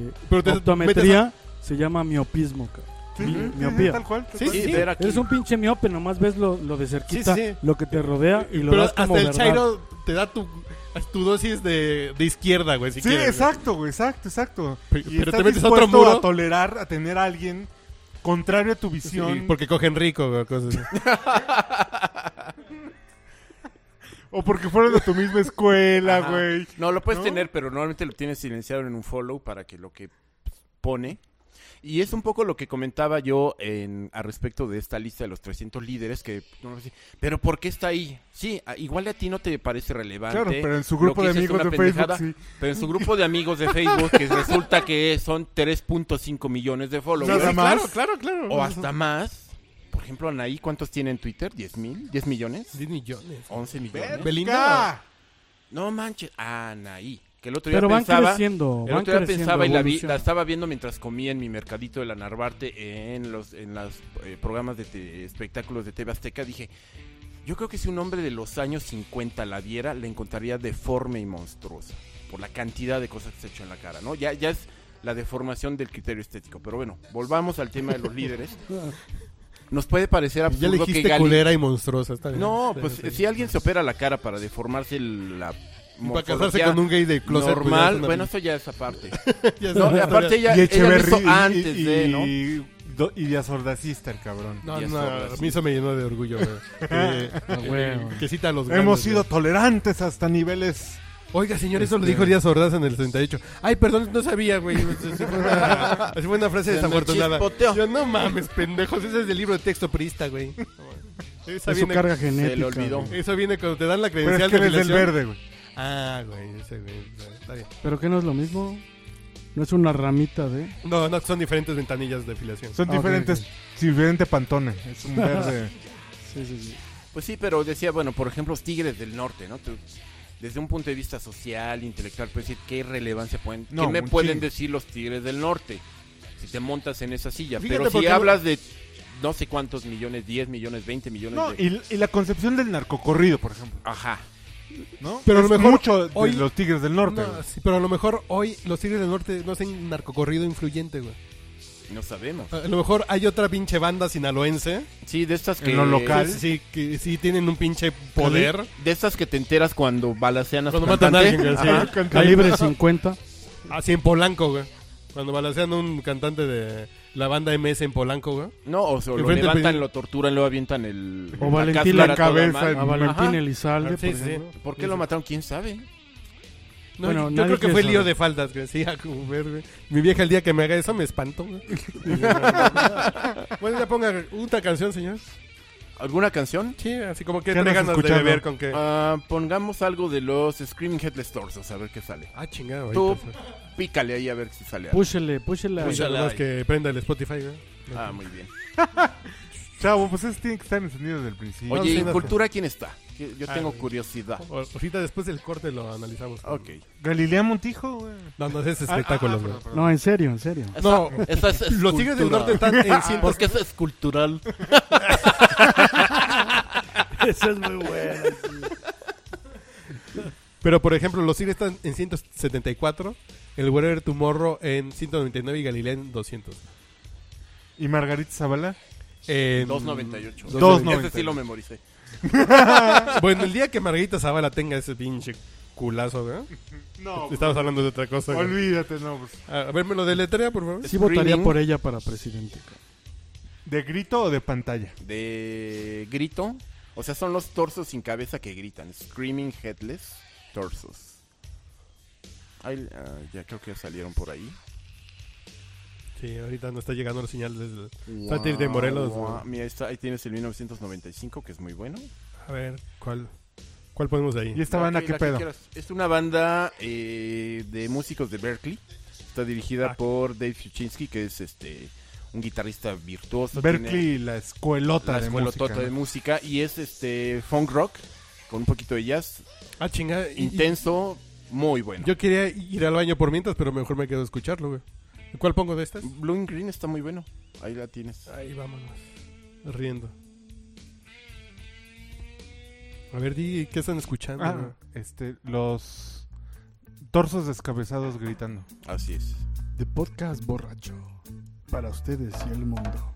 de Pero te- optometría, se llama miopismo, cabrón. Sí, sí, sí, miopía. Tal cual. tal Sí, cual. Y sí. Pues, ver aquí. Eres un pinche miope, nomás ves lo, lo de cerquita, Sí, sí, sí. lo que te rodea y lo Pero das hasta como el verdad. chairo te da tu, tu dosis de, de izquierda, güey. Si Sí, quieres, güey. exacto, güey, exacto, exacto. Pero- y pero estás te metes a dispuesto otro muro. a tolerar a tener a alguien contrario a tu Sí, visión porque cogen rico, güey, cosas así. o porque fueron de tu misma escuela, Ajá. güey. No, lo puedes ¿No? tener, pero normalmente lo tienes silenciado en un follow para que lo que pone. Y es un poco lo que comentaba yo en, a respecto de esta lista de los 300 líderes que... no sé, Pero ¿por qué está ahí? Sí, a- igual a ti no te parece relevante. Claro, pero en su lo grupo de que hizo es amigos una de Facebook, pendejada, sí. Pero en su grupo de amigos de Facebook, que resulta que son 3.5 millones de followers. Nada más. Claro, claro, claro. O hasta más. Por ejemplo, Anaí, ¿cuántos tiene en Twitter? ¿10 mil? ¿10 millones? 10 millones. ¿11 millones? Verga. Belinda. No manches, Anaí. Que el otro día Pero van pensaba, creciendo, el van otro día creciendo. pensaba y la, vi- evoluciona. la estaba viendo mientras comía en mi mercadito de la Narvarte en los en los programas de te- espectáculos de TV Azteca. Dije, yo creo que si un hombre de los años 50 la viera, la encontraría deforme y monstruosa por la cantidad de cosas que se ha hecho en la cara, ¿no? Ya, ya es la deformación del criterio estético. Pero bueno, volvamos al tema de los líderes. Nos puede parecer Ya absurdo que elegiste Gali- culera y monstruosa. Está bien. No, Está pues bien, está si alguien se opera la cara para deformarse el- la bien. Y para casarse morfología con un gay de closet. pues, ya es normal, una- bueno, eso ya es aparte. ya es [laughs] No, una- aparte ella, y ella lo Echeverry hizo y- antes y, de, ¿no? y, do- y de Azordacista, el cabrón. No, Ya Ah, no, sobra, a sí. mí eso me llenó de orgullo, [laughs] güey. Eh, huevo. que cita a los Hemos grandes, sido güey. tolerantes hasta niveles. Oiga, señor, eso lo Este. dijo Díaz Ordaz en el 38. Ay, perdón, no sabía, güey. Así fue una, [laughs] así fue una frase Cuando desafortunada. chispoteó. Yo, no mames, pendejos. Ese es del libro de texto priista, güey. Esa Es su viene, carga genética. Se le olvidó. güey. eso viene cuando te dan la Pero credencial es que de eres del afiliación. verde, güey. Ah, güey, ese güey. Está bien. Pero que no es lo mismo. No es una ramita de. No, no, son diferentes ventanillas de afiliación. Son Ah, ok, diferentes. ok. Diferente pantone. Es [laughs] un verde. Sí, sí, sí. Pues sí, pero decía, bueno, por ejemplo, los Tigres del Norte, ¿no? Tú- desde un punto de vista social, intelectual, puedes decir, ¿qué relevancia pueden, No, qué me un pueden chingo. decir los Tigres del Norte? Si te montas en esa silla. Fíjate pero si porque- hablas de no sé cuántos millones, 10 millones, 20 millones no, de... y, y la concepción del narcocorrido, por ejemplo. Ajá. ¿no? Pero a es lo mejor mucho de hoy- los Tigres del Norte. No, güey. sí, pero a lo mejor hoy los Tigres del Norte no hacen narcocorrido influyente, güey. No sabemos. A lo mejor hay otra pinche banda sinaloense. Sí, de estas En que... lo local. Sí, sí, que sí tienen un pinche poder. De estas que te enteras cuando balacean a su Cuando matan a cantante. alguien, güey, sí. Ajá. Calibre 50. Así en Polanco, güey. Cuando balancean a un cantante de la banda MS en Polanco, güey. No, o sea, lo Enfrente del levantan, presidente. lo torturan, lo avientan el... O la Valentín cáscara la toda cabeza mal. en- A Valentín Ajá. Elizalde, Ah, Sí, por sí. ejemplo. ¿Por qué lo mataron? ¿Quién sabe? No, Bueno, yo nadie creo que quiere fue lío saber. de faldas, güey. Sí, a comer, güey. Mi vieja el día que me haga eso me espanto, güey. bueno, ya ponga una canción, señor. ¿Alguna canción? Sí, así como que ¿Qué te andas ganas de escuchando? beber con que... Ah, pongamos algo de los Screaming Headless Torsos, a ver qué sale. Ah, chingado. Tú ahorita fue. pícale ahí a ver si sale algo. Púchele, púchele. Púchele. Nada más que prenda el Spotify, güey. Ah, muy bien. Chavo, pues esos tienen que estar encendidos desde el principio. Oye, ¿y sí, en no. cultura quién está? Que Yo Ah, tengo sí. curiosidad. O- Ahorita después del corte lo analizamos. Ok. Ah, Galilea Montijo, güey. No, no, ese es espectáculo, güey. No, en serio, en serio. No, Esa es los Tigres del escultura. Norte están en cintas. Ah, Porque esa es cultural. Eso es muy bueno. Pero por ejemplo, los Tigres están en 174, el Wherever Tomorrow en 199 y Galilea en 200. ¿Y Margarita Zavala? En- 298. Dos noventa. Ese sí lo memoricé. Bueno, el día que Margarita Zavala tenga ese pinche culazo, ¿verdad? [laughs] No, Estamos hablando de otra cosa. güey. olvídate, no. pues. A ver, me lo deletrea, por favor. Sí votaría Screaming. por ella para presidente. ¿De grito o de pantalla? de grito. O sea, son los torsos sin cabeza que gritan. Screaming Headless Torsos. Ahí, ah, ya creo que ya salieron por ahí. Sí, ahorita no está llegando la señal desde... Sátiro de Morelos, Guau, güey. Mira, ahí está- ahí tienes el 1995, que es muy bueno. A ver, ¿cuál, cuál ponemos ahí? ¿Y esta La banda que- qué la que pedo? quieras. Es una banda eh, de músicos de Berkeley. Está dirigida Ah. por Dave Suchinski, que es este un guitarrista virtuoso. tiene Berkeley, la escuelota la de escuelotota música. de ¿no? música. Y es este funk rock, con un poquito de jazz. Ah, chinga. y- y- Intenso, muy bueno. Yo quería ir al baño por mientras, pero mejor me quedo a escucharlo, güey. ¿Cuál pongo de estas? Blue and Green está muy bueno. Ahí la tienes. Ahí vámonos. Riendo. A ver, di, ¿qué están escuchando? Ah, este, los torsos descabezados gritando. Así es. The Podcast Borracho. Para ustedes y el mundo.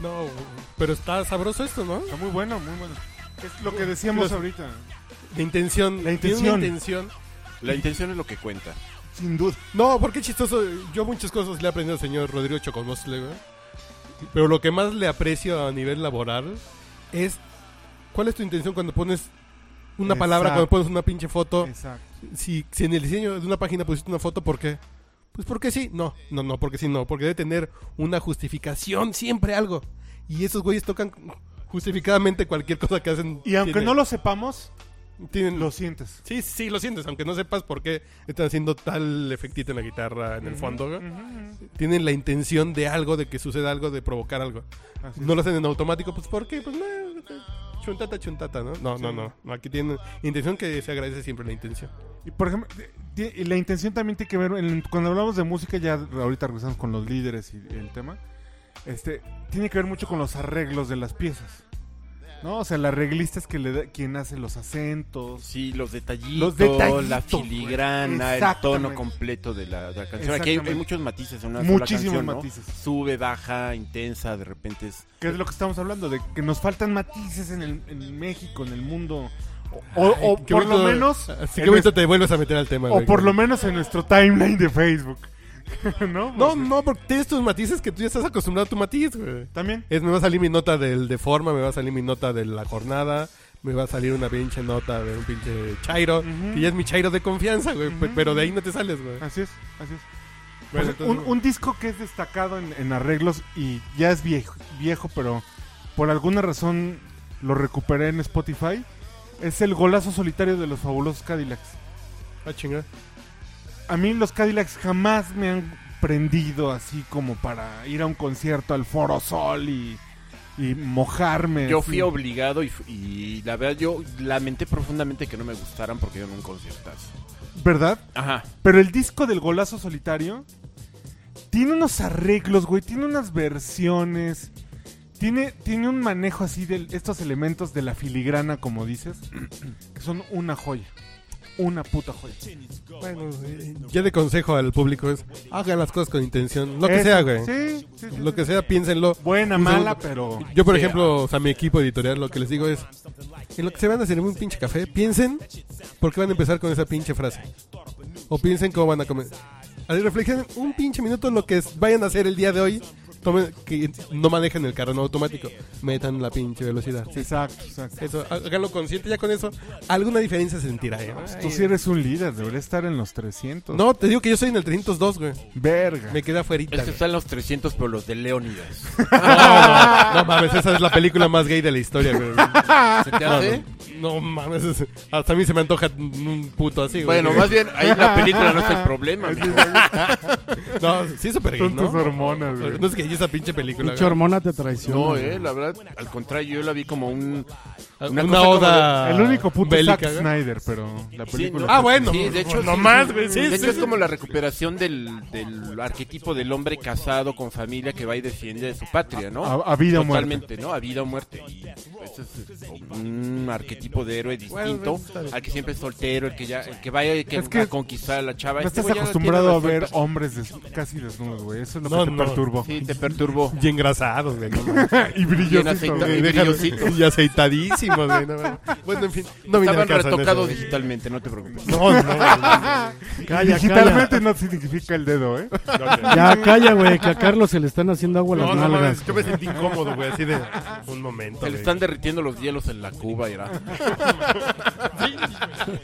No, pero está sabroso esto, ¿no? Está muy bueno, muy bueno. Es lo que decíamos Los- ahorita. La intención. La tiene intención. una intención. La intención es lo que cuenta. Sin duda. No, porque es chistoso. Yo muchas cosas le he aprendido al señor Rodrigo Chocomosle, güey. Pero lo que más le aprecio a nivel laboral es cuál es tu intención cuando pones una palabra, Exacto. cuando pones una pinche foto. Exacto. Si, si en el diseño de una página pusiste una foto, ¿por qué? Pues porque sí. No, no, no, porque sí, no. Porque debe tener una justificación, siempre algo. Y esos güeyes tocan justificadamente cualquier cosa que hacen. Y aunque tiene- no lo sepamos, tienen lo sientes. Sí, sí, lo sientes, aunque no sepas por qué están haciendo tal efectito en la guitarra en el fondo. güey. Tienen la intención de algo, de que suceda algo, de provocar algo. Así No lo hacen en automático, pues ¿por qué? Pues no, chuntata, chuntata, ¿no? No, no, no, no, Aquí tienen intención que se agradece siempre la intención. Y por ejemplo, de- de- y la intención también tiene que ver, en- cuando hablamos de música, ya ahorita regresamos con los líderes y el tema, este, tiene que ver mucho con los arreglos de las piezas. ¿No? O sea, el arreglista es que le da- quien hace los acentos. Sí, los detallitos, Los detallitos, la güey. filigrana, el tono Exactamente. completo de la, de la canción. Aquí hay, hay Exactamente. muchos matices en una Muchísimos sola canción, ¿no? matices. Sube, baja, intensa, de repente es... Que es lo que estamos hablando, de que nos faltan matices en, el, en México, en el mundo. O, o- o Ay, qué por lo bonito- menos. Así en este, que ahorita te vuelves a meter al tema. O güey. por lo menos en nuestro timeline de Facebook. [laughs] ¿No? No, Pues, no, porque tienes tus matices que tú ya estás acostumbrado a tu matiz, güey. También. Es, me va a salir mi nota del de forma, me va a salir mi nota de la jornada, me va a salir una pinche nota de un pinche chairo, que ya es mi chairo de confianza, güey, pe- pero de ahí no te sales, güey. Así es, así es. O sea, Ah, Bueno, Pues, un, entonces- un disco que es destacado en, en arreglos y ya es viejo, viejo, pero por alguna razón lo recuperé en Spotify. Es el golazo solitario de los fabulosos Cadillacs. Ah, chinga. A mí los Cadillacs jamás me han prendido así como para ir a un concierto al Foro Sol y, y mojarme. Yo así. fui obligado y, fu- y la verdad yo lamenté profundamente que no me gustaran porque eran un conciertazo. ¿Verdad? Ajá. Pero el disco del golazo solitario tiene unos arreglos, güey, tiene unas versiones, tiene, tiene un manejo así de estos elementos de la filigrana, como dices, [clears throat] que son una joya. Una puta joya. Bueno, eh, yo le consejo al público es, hagan las cosas con intención, lo que Eso, sea, güey. Sí, sí, sí, Lo sí. que sea, piénsenlo. Buena, Un mala, segundo. pero. Yo, por ejemplo, o sea, mi equipo editorial lo que les digo es, en lo que se van a hacer un pinche café, piensen por qué van a empezar con esa pinche frase. O piensen cómo van a comer. Ahí reflexionen un pinche minuto en lo que es- vayan a hacer el día de hoy. Tomen, que no manejen el carro en automático. Metan la pinche velocidad. Sí, Exacto, exacto. Eso, háganlo consciente ya con eso. Alguna diferencia se sentirá. ¿eh? Tú sí eres un líder, debería estar en los 300. No, te digo que yo soy en el 302, güey. Verga. Me quedé afuerita. Es que güey. están los 300 pero los de Leónidas. No, no, no mames, esa es la película más gay de la historia, güey. ¿Se te No, hace? no, no mames, es- hasta a mí se me antoja un puto así, güey. [laughs] Bueno, más bien ahí la película no es el [laughs] problema. mijo. No, sí es súper gay, Son tus ¿no? hormonas, güey. No es que esa pinche película. Pinche güey. hormona te traiciona. No, güey. eh, la verdad, al contrario, yo la vi como un... Una, cosa como oda. El único puto es Zack bélica, güey. Snyder, pero la película. Ah, bueno, Sí, de hecho, no sí, más, sí. güey, sí, de sí, hecho, sí. es como la recuperación del, del arquetipo del hombre casado con familia que va y defiende de su patria, ¿no? A- a vida o muerte. Totalmente, ¿no? A vida o muerte. Y ese es eh, un arquetipo de héroe distinto al que siempre es soltero, el que ya, el que vaya y que, Es que a conquistar a la chava. No Este estás güey ya acostumbrado a tiene ver las- hombres des- casi desnudos, güey. Eso es lo que No, te no. perturbó. Sí, [laughs] te perturbó. Y engrasados, güey. no mames. [laughs] y Bien brillosito. aceitado, güey. y Déjalo- brillosito. y aceitadísimos, güey. no mames. bueno, en fin, no vine al Estaban caso en eso, retocados güey. digitalmente, no te preocupes. No, no, güey. Calla, Digitalmente no significa el dedo, ¿eh? calla. Ya, calla, güey, que a Carlos se le están haciendo agua No, las no, nalgas. mames, yo me sentí incómodo, güey, así de un momento. Se le güey. están derritiendo los hielos en la cuba, era. Sí,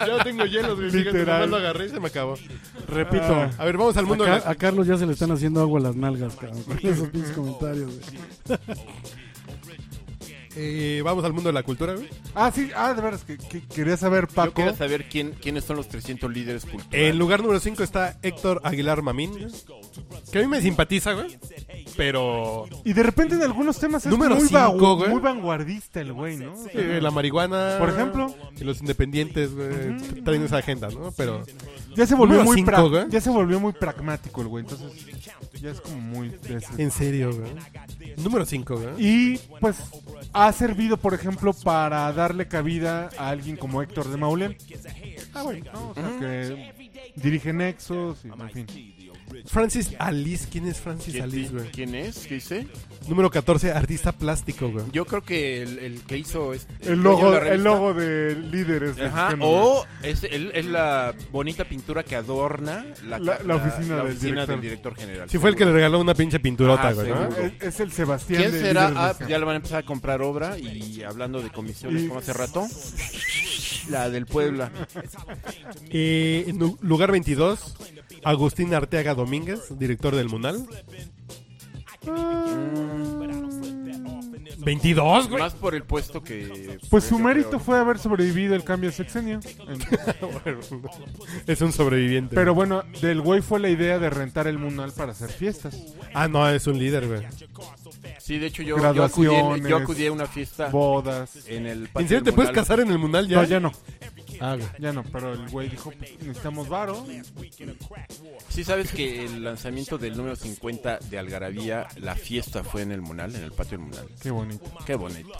ya no tengo hielos, güey. fíjate, Literal. nomás lo agarré y se me acabó. Ah, Repito, A ver, vamos al a, mundo. Ca- de la- a Carlos ya se le están haciendo agua las nalgas, cabrón, con esos pinches comentarios, güey. eh, vamos al mundo de la cultura, güey. Ah, sí, ah, de veras, que, que quería saber, Yo Paco. quería saber quién, quiénes son los 300 líderes culturales. En lugar número 5 está Héctor Aguilar Mamín. Que a mí me simpatiza, güey. Pero Y de repente en algunos temas es Número muy, cinco, vagu- güey. muy vanguardista el güey, ¿no? O sea, eh, la marihuana. Por ejemplo. Y los independientes, güey. Traen esa agenda, ¿no? Pero. ya, se volvió número muy cinco, pra- güey. ya se volvió muy pragmático el güey, entonces ya es como muy... de ese- En serio, güey. Número 5, güey. Y pues ha servido, por ejemplo, para darle cabida a alguien como Héctor de Maulén. Ah, bueno. ¿no? O sea, que dirige Nexos y en fin. Francis Alice, ¿quién es Francis Alice, güey? ¿Quién es? ¿Qué dice? Número 14, artista plástico, güey. Yo creo que el, el que hizo... este- El logo, la el revista. logo Este, de líderes. Ajá, mexicano, güey. o es, el- es la bonita pintura que adorna la, La- la oficina del oficina director. general. Sí fue el que le seguro. regaló una pinche pinturota, Ah, güey, seguro. ¿no? Es, es el Sebastián ¿Quién de será? líderes Ah, mexicanos. ya le van a empezar a comprar obra y hablando de comisiones Y- como hace rato. La del Puebla. Eh, en lu- lugar 22, Agustín Arteaga Domínguez, director del Munal. 22, güey. Más por el puesto que... Pues su yo mérito creo. fue haber sobrevivido el cambio de sexenio. [laughs] Es un sobreviviente. Pero bueno, del güey fue la idea de rentar el mundial para hacer fiestas. Ah, no, es un líder, güey. Sí, de hecho yo, yo acudí, en- yo acudí a una fiesta Bodas. en el patio ¿En serio te del puedes Munal. casar en el Munal ya? No, ya no, Ah, güey. ya no, pero el güey dijo, "Pues, necesitamos varo. Sí, sabes que el lanzamiento del número 50 de Algarabía, la fiesta fue en el Munal, en el patio del Munal. Qué bonito. Qué bonito.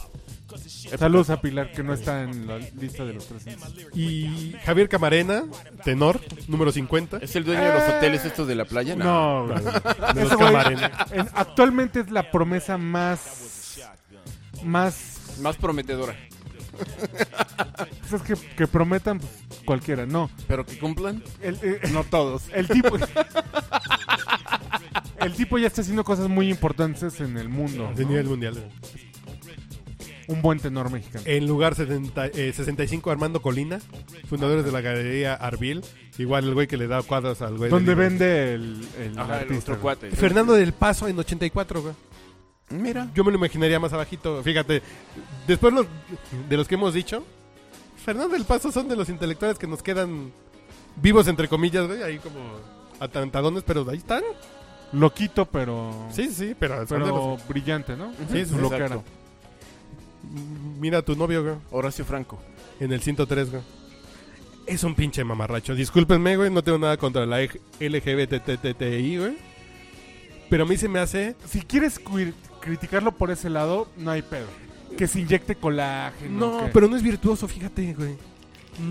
Saludos a Pilar, que no está en la lista de los Ah. 300. Y Javier Camarena, tenor, número 50. ¿Es el dueño de los hoteles estos de la playa? No, güey. los Ese güey, Camarena. en- actualmente es la promesa más... Más... Más prometedora. pues es que, que prometan pues, cualquiera, no. Pero que cumplan. El, eh, No todos. El tipo. El tipo ya está haciendo cosas muy importantes en el mundo. De ¿no? nivel mundial. güey. Un buen tenor mexicano. En lugar 70, eh, 65, Armando Colina, fundadores de la galería Arbil. Igual el güey que le da cuadros al güey. Donde del libro. vende el, el Ajá, el artista. otro cuate. Fernando del Paso en 84, güey. Mira. Yo me lo imaginaría más abajito. Fíjate, después los- de los que hemos dicho, Fernando del Paso son de los intelectuales que nos quedan vivos, entre comillas, güey. Ahí como atarantadones, pero ahí están. Loquito, pero. Sí, sí, pero... son de Pero brillante, ¿no? Sí, Su sí, loquera. exacto. los- Mira a tu novio, güey. Horacio Franco. En el 103, güey. Es un pinche mamarracho. Discúlpenme, güey. No tengo nada contra la LGBTTTI, güey. Pero a mí se me hace... Si quieres cui- criticarlo por ese lado, no hay pedo. Que se inyecte colágeno. No, que- pero no es virtuoso, fíjate, güey.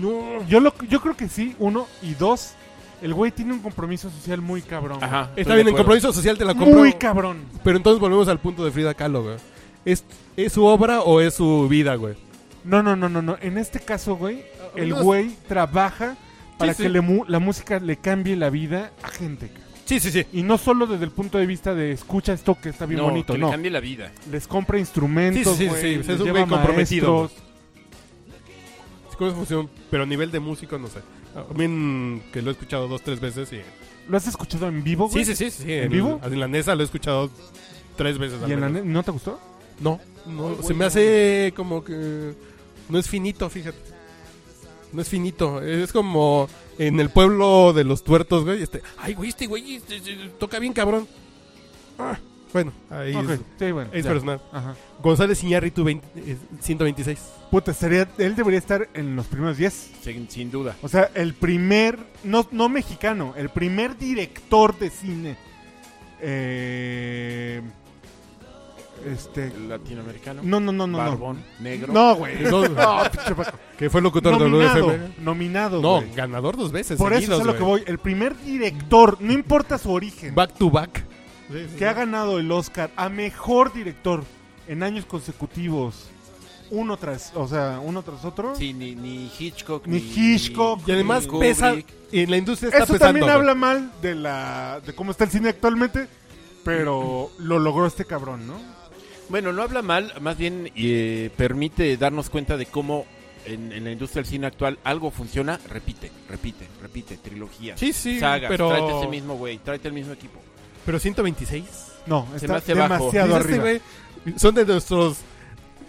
No. Yo, lo, yo creo que sí, uno. Y dos, el güey tiene un compromiso social muy cabrón. Ajá. Está bien, en compromiso social te la compro. Muy cabrón. Pero entonces volvemos al punto de Frida Kahlo, güey. ¿Es, ¿Es su obra o es su vida, güey? No, no, no, no, no. En este caso, güey, el unos- güey trabaja para Ah, sí. que le mu- la música le cambie la vida a gente. ca- Sí, sí, sí. Y no solo desde el punto de vista de escucha esto que está bien bonito, que no. le cambie la vida. Les compra instrumentos, Sí, sí, güey, sí, es les un lleva güey comprometido, maestros. ¿Cómo es función? Pero a nivel de músico, no sé. A mí mm, que lo he escuchado dos, tres veces y... ¿Lo has escuchado en vivo, güey? sí, sí. ¿En vivo? En la NESA lo he escuchado tres veces. al ¿Y en la menos. ne- no te gustó? No, no, se me hace como que no es finito, fíjate. No es finito, es como en el pueblo de los tuertos, güey, este, ay, güey, este güey este, este, toca bien cabrón. Ah, bueno, ahí Ok, es, sí, bueno. es ya. personal. Ajá. González Iñárritu 20, eh, [laughs] 126. Puta, sería, él debería estar en los primeros 10. Sin, sin duda. O sea, el primer, no, no mexicano, el primer director de cine. Eh, este. El latinoamericano. No, no, no, no. Barbón. Negro. No, no güey. No, que fue locutor de nominado. WFM. Nominado, No, güey. ganador dos veces. Por eso seguidos, es a lo que voy. güey. El primer director, no importa su origen, Back to back. que ha ganado el Oscar a mejor director en años consecutivos, uno tras, o sea, uno tras otro. Sí, ni, ni Hitchcock. Ni Hitchcock. Y además Kubrick. pesa, en la industria está Eso pesando. también güey. habla mal de la de cómo está el cine actualmente, pero lo logró este cabrón, ¿no? Bueno, no habla mal, más bien eh, permite darnos cuenta de cómo en, en la industria del cine actual algo funciona. Repite, repite, repite. Trilogía. Sí, sí, Sagas. pero... Tráete ese mismo güey. Tráete el mismo equipo. Pero 126. No, Se está me hace bajo. demasiado Dice arriba. este güey, son de nuestros.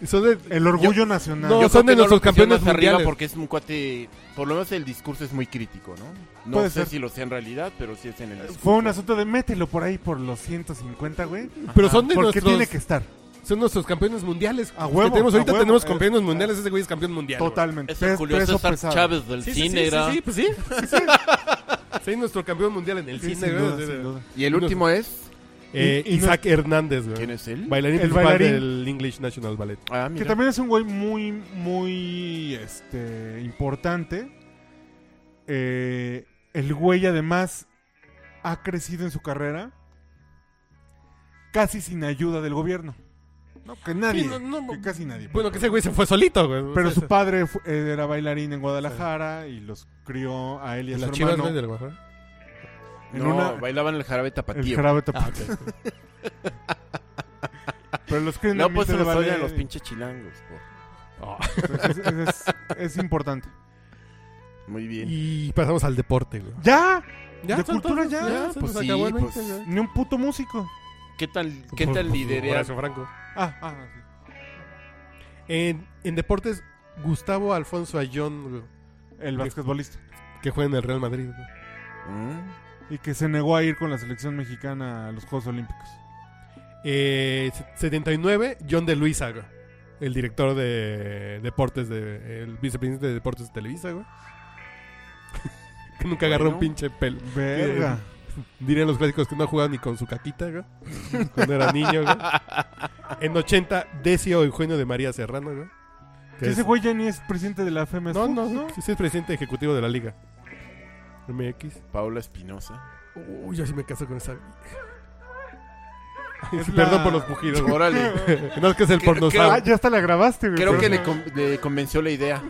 Son de. el orgullo Yo- nacional. No, Yo son creo que de nuestros lo pusieron campeones más arriba mundiales. porque es un cuate, por lo menos el discurso es muy crítico, ¿no? No Puede sé ser. si lo sea en realidad, pero sí es en el discurso. Fue un asunto de mételo por ahí por los 150, güey. Pero son de Porque nuestros. tiene que estar. Son nuestros campeones mundiales. A huevo, Que tenemos, a ahorita huevo. tenemos Eh, campeones mundiales. Ese güey es campeón mundial. güey. Totalmente. Es Pes- el curioso peso César pesado. Chávez del Sí, sí, cine, sí, era. sí, sí, pues sí. sí, nuestro campeón mundial en el Sí, cine, sin güey. duda, sin duda. Y el último es... Eh, Y- y no- Isaac Hernández, güey. ¿Quién es él? Bailarín El principal bailarín. del English National Ballet. Ah, mira. Que también es un güey muy, muy este, importante. Eh, el güey además ha crecido en su carrera casi sin ayuda del gobierno. No, que nadie, Sí, no, no, que casi nadie. Bueno, que ese güey se fue solito, güey. Pero pues O sea, su padre fu- eh, era bailarín en Guadalajara y los crió a él y a Las su chivas, hermano güey, del Guadalajara. en no, una- bailaban el Ah. jarabe el tapatío. jarabe Ah, tapatío. Pero los crían en No, pues ambiente se de los ballet. odian los pinches chilangos. por- Entonces, es- es- es importante. Muy bien. Y pasamos al deporte, güey. ¡Ya! Ya, ¿De son cultura todos, ya? se Pues nos sí, acabó el pues, 20, güey. Ni un puto músico. ¿Qué tal, qué Por- tal por- liderea? Horacio Franco. Ah, ah, sí. En, en deportes, Gustavo Alfonso Ayón, güey, el basquetbolista. que juega en el Real Madrid. güey. Mm. Y que se negó a ir con la selección mexicana a los Juegos Olímpicos. Eh, se- 79, John de Luisa, güey, el director de deportes, de, el vicepresidente de deportes de Televisa, güey. [laughs] que nunca agarró un Bueno. pinche pelo. Verga. Dirían los clásicos que no ha jugado ni con su caquita, güey. [laughs] Cuando era niño, güey. En 80, Decio Eugenio de María Serrano, güey. Que Que ese es- güey ya ni es presidente de la FMS. No, no, no. Sí, es presidente ejecutivo de la liga. MX. Paula Espinosa. Uy, yo sí me caso con esa. Es la- Perdón por los [laughs] pujidos. güey. Órale. no es que es el Creo- porno creo- Ah, ya hasta la grabaste, güey. Creo Pero- que le, con- le convenció la idea.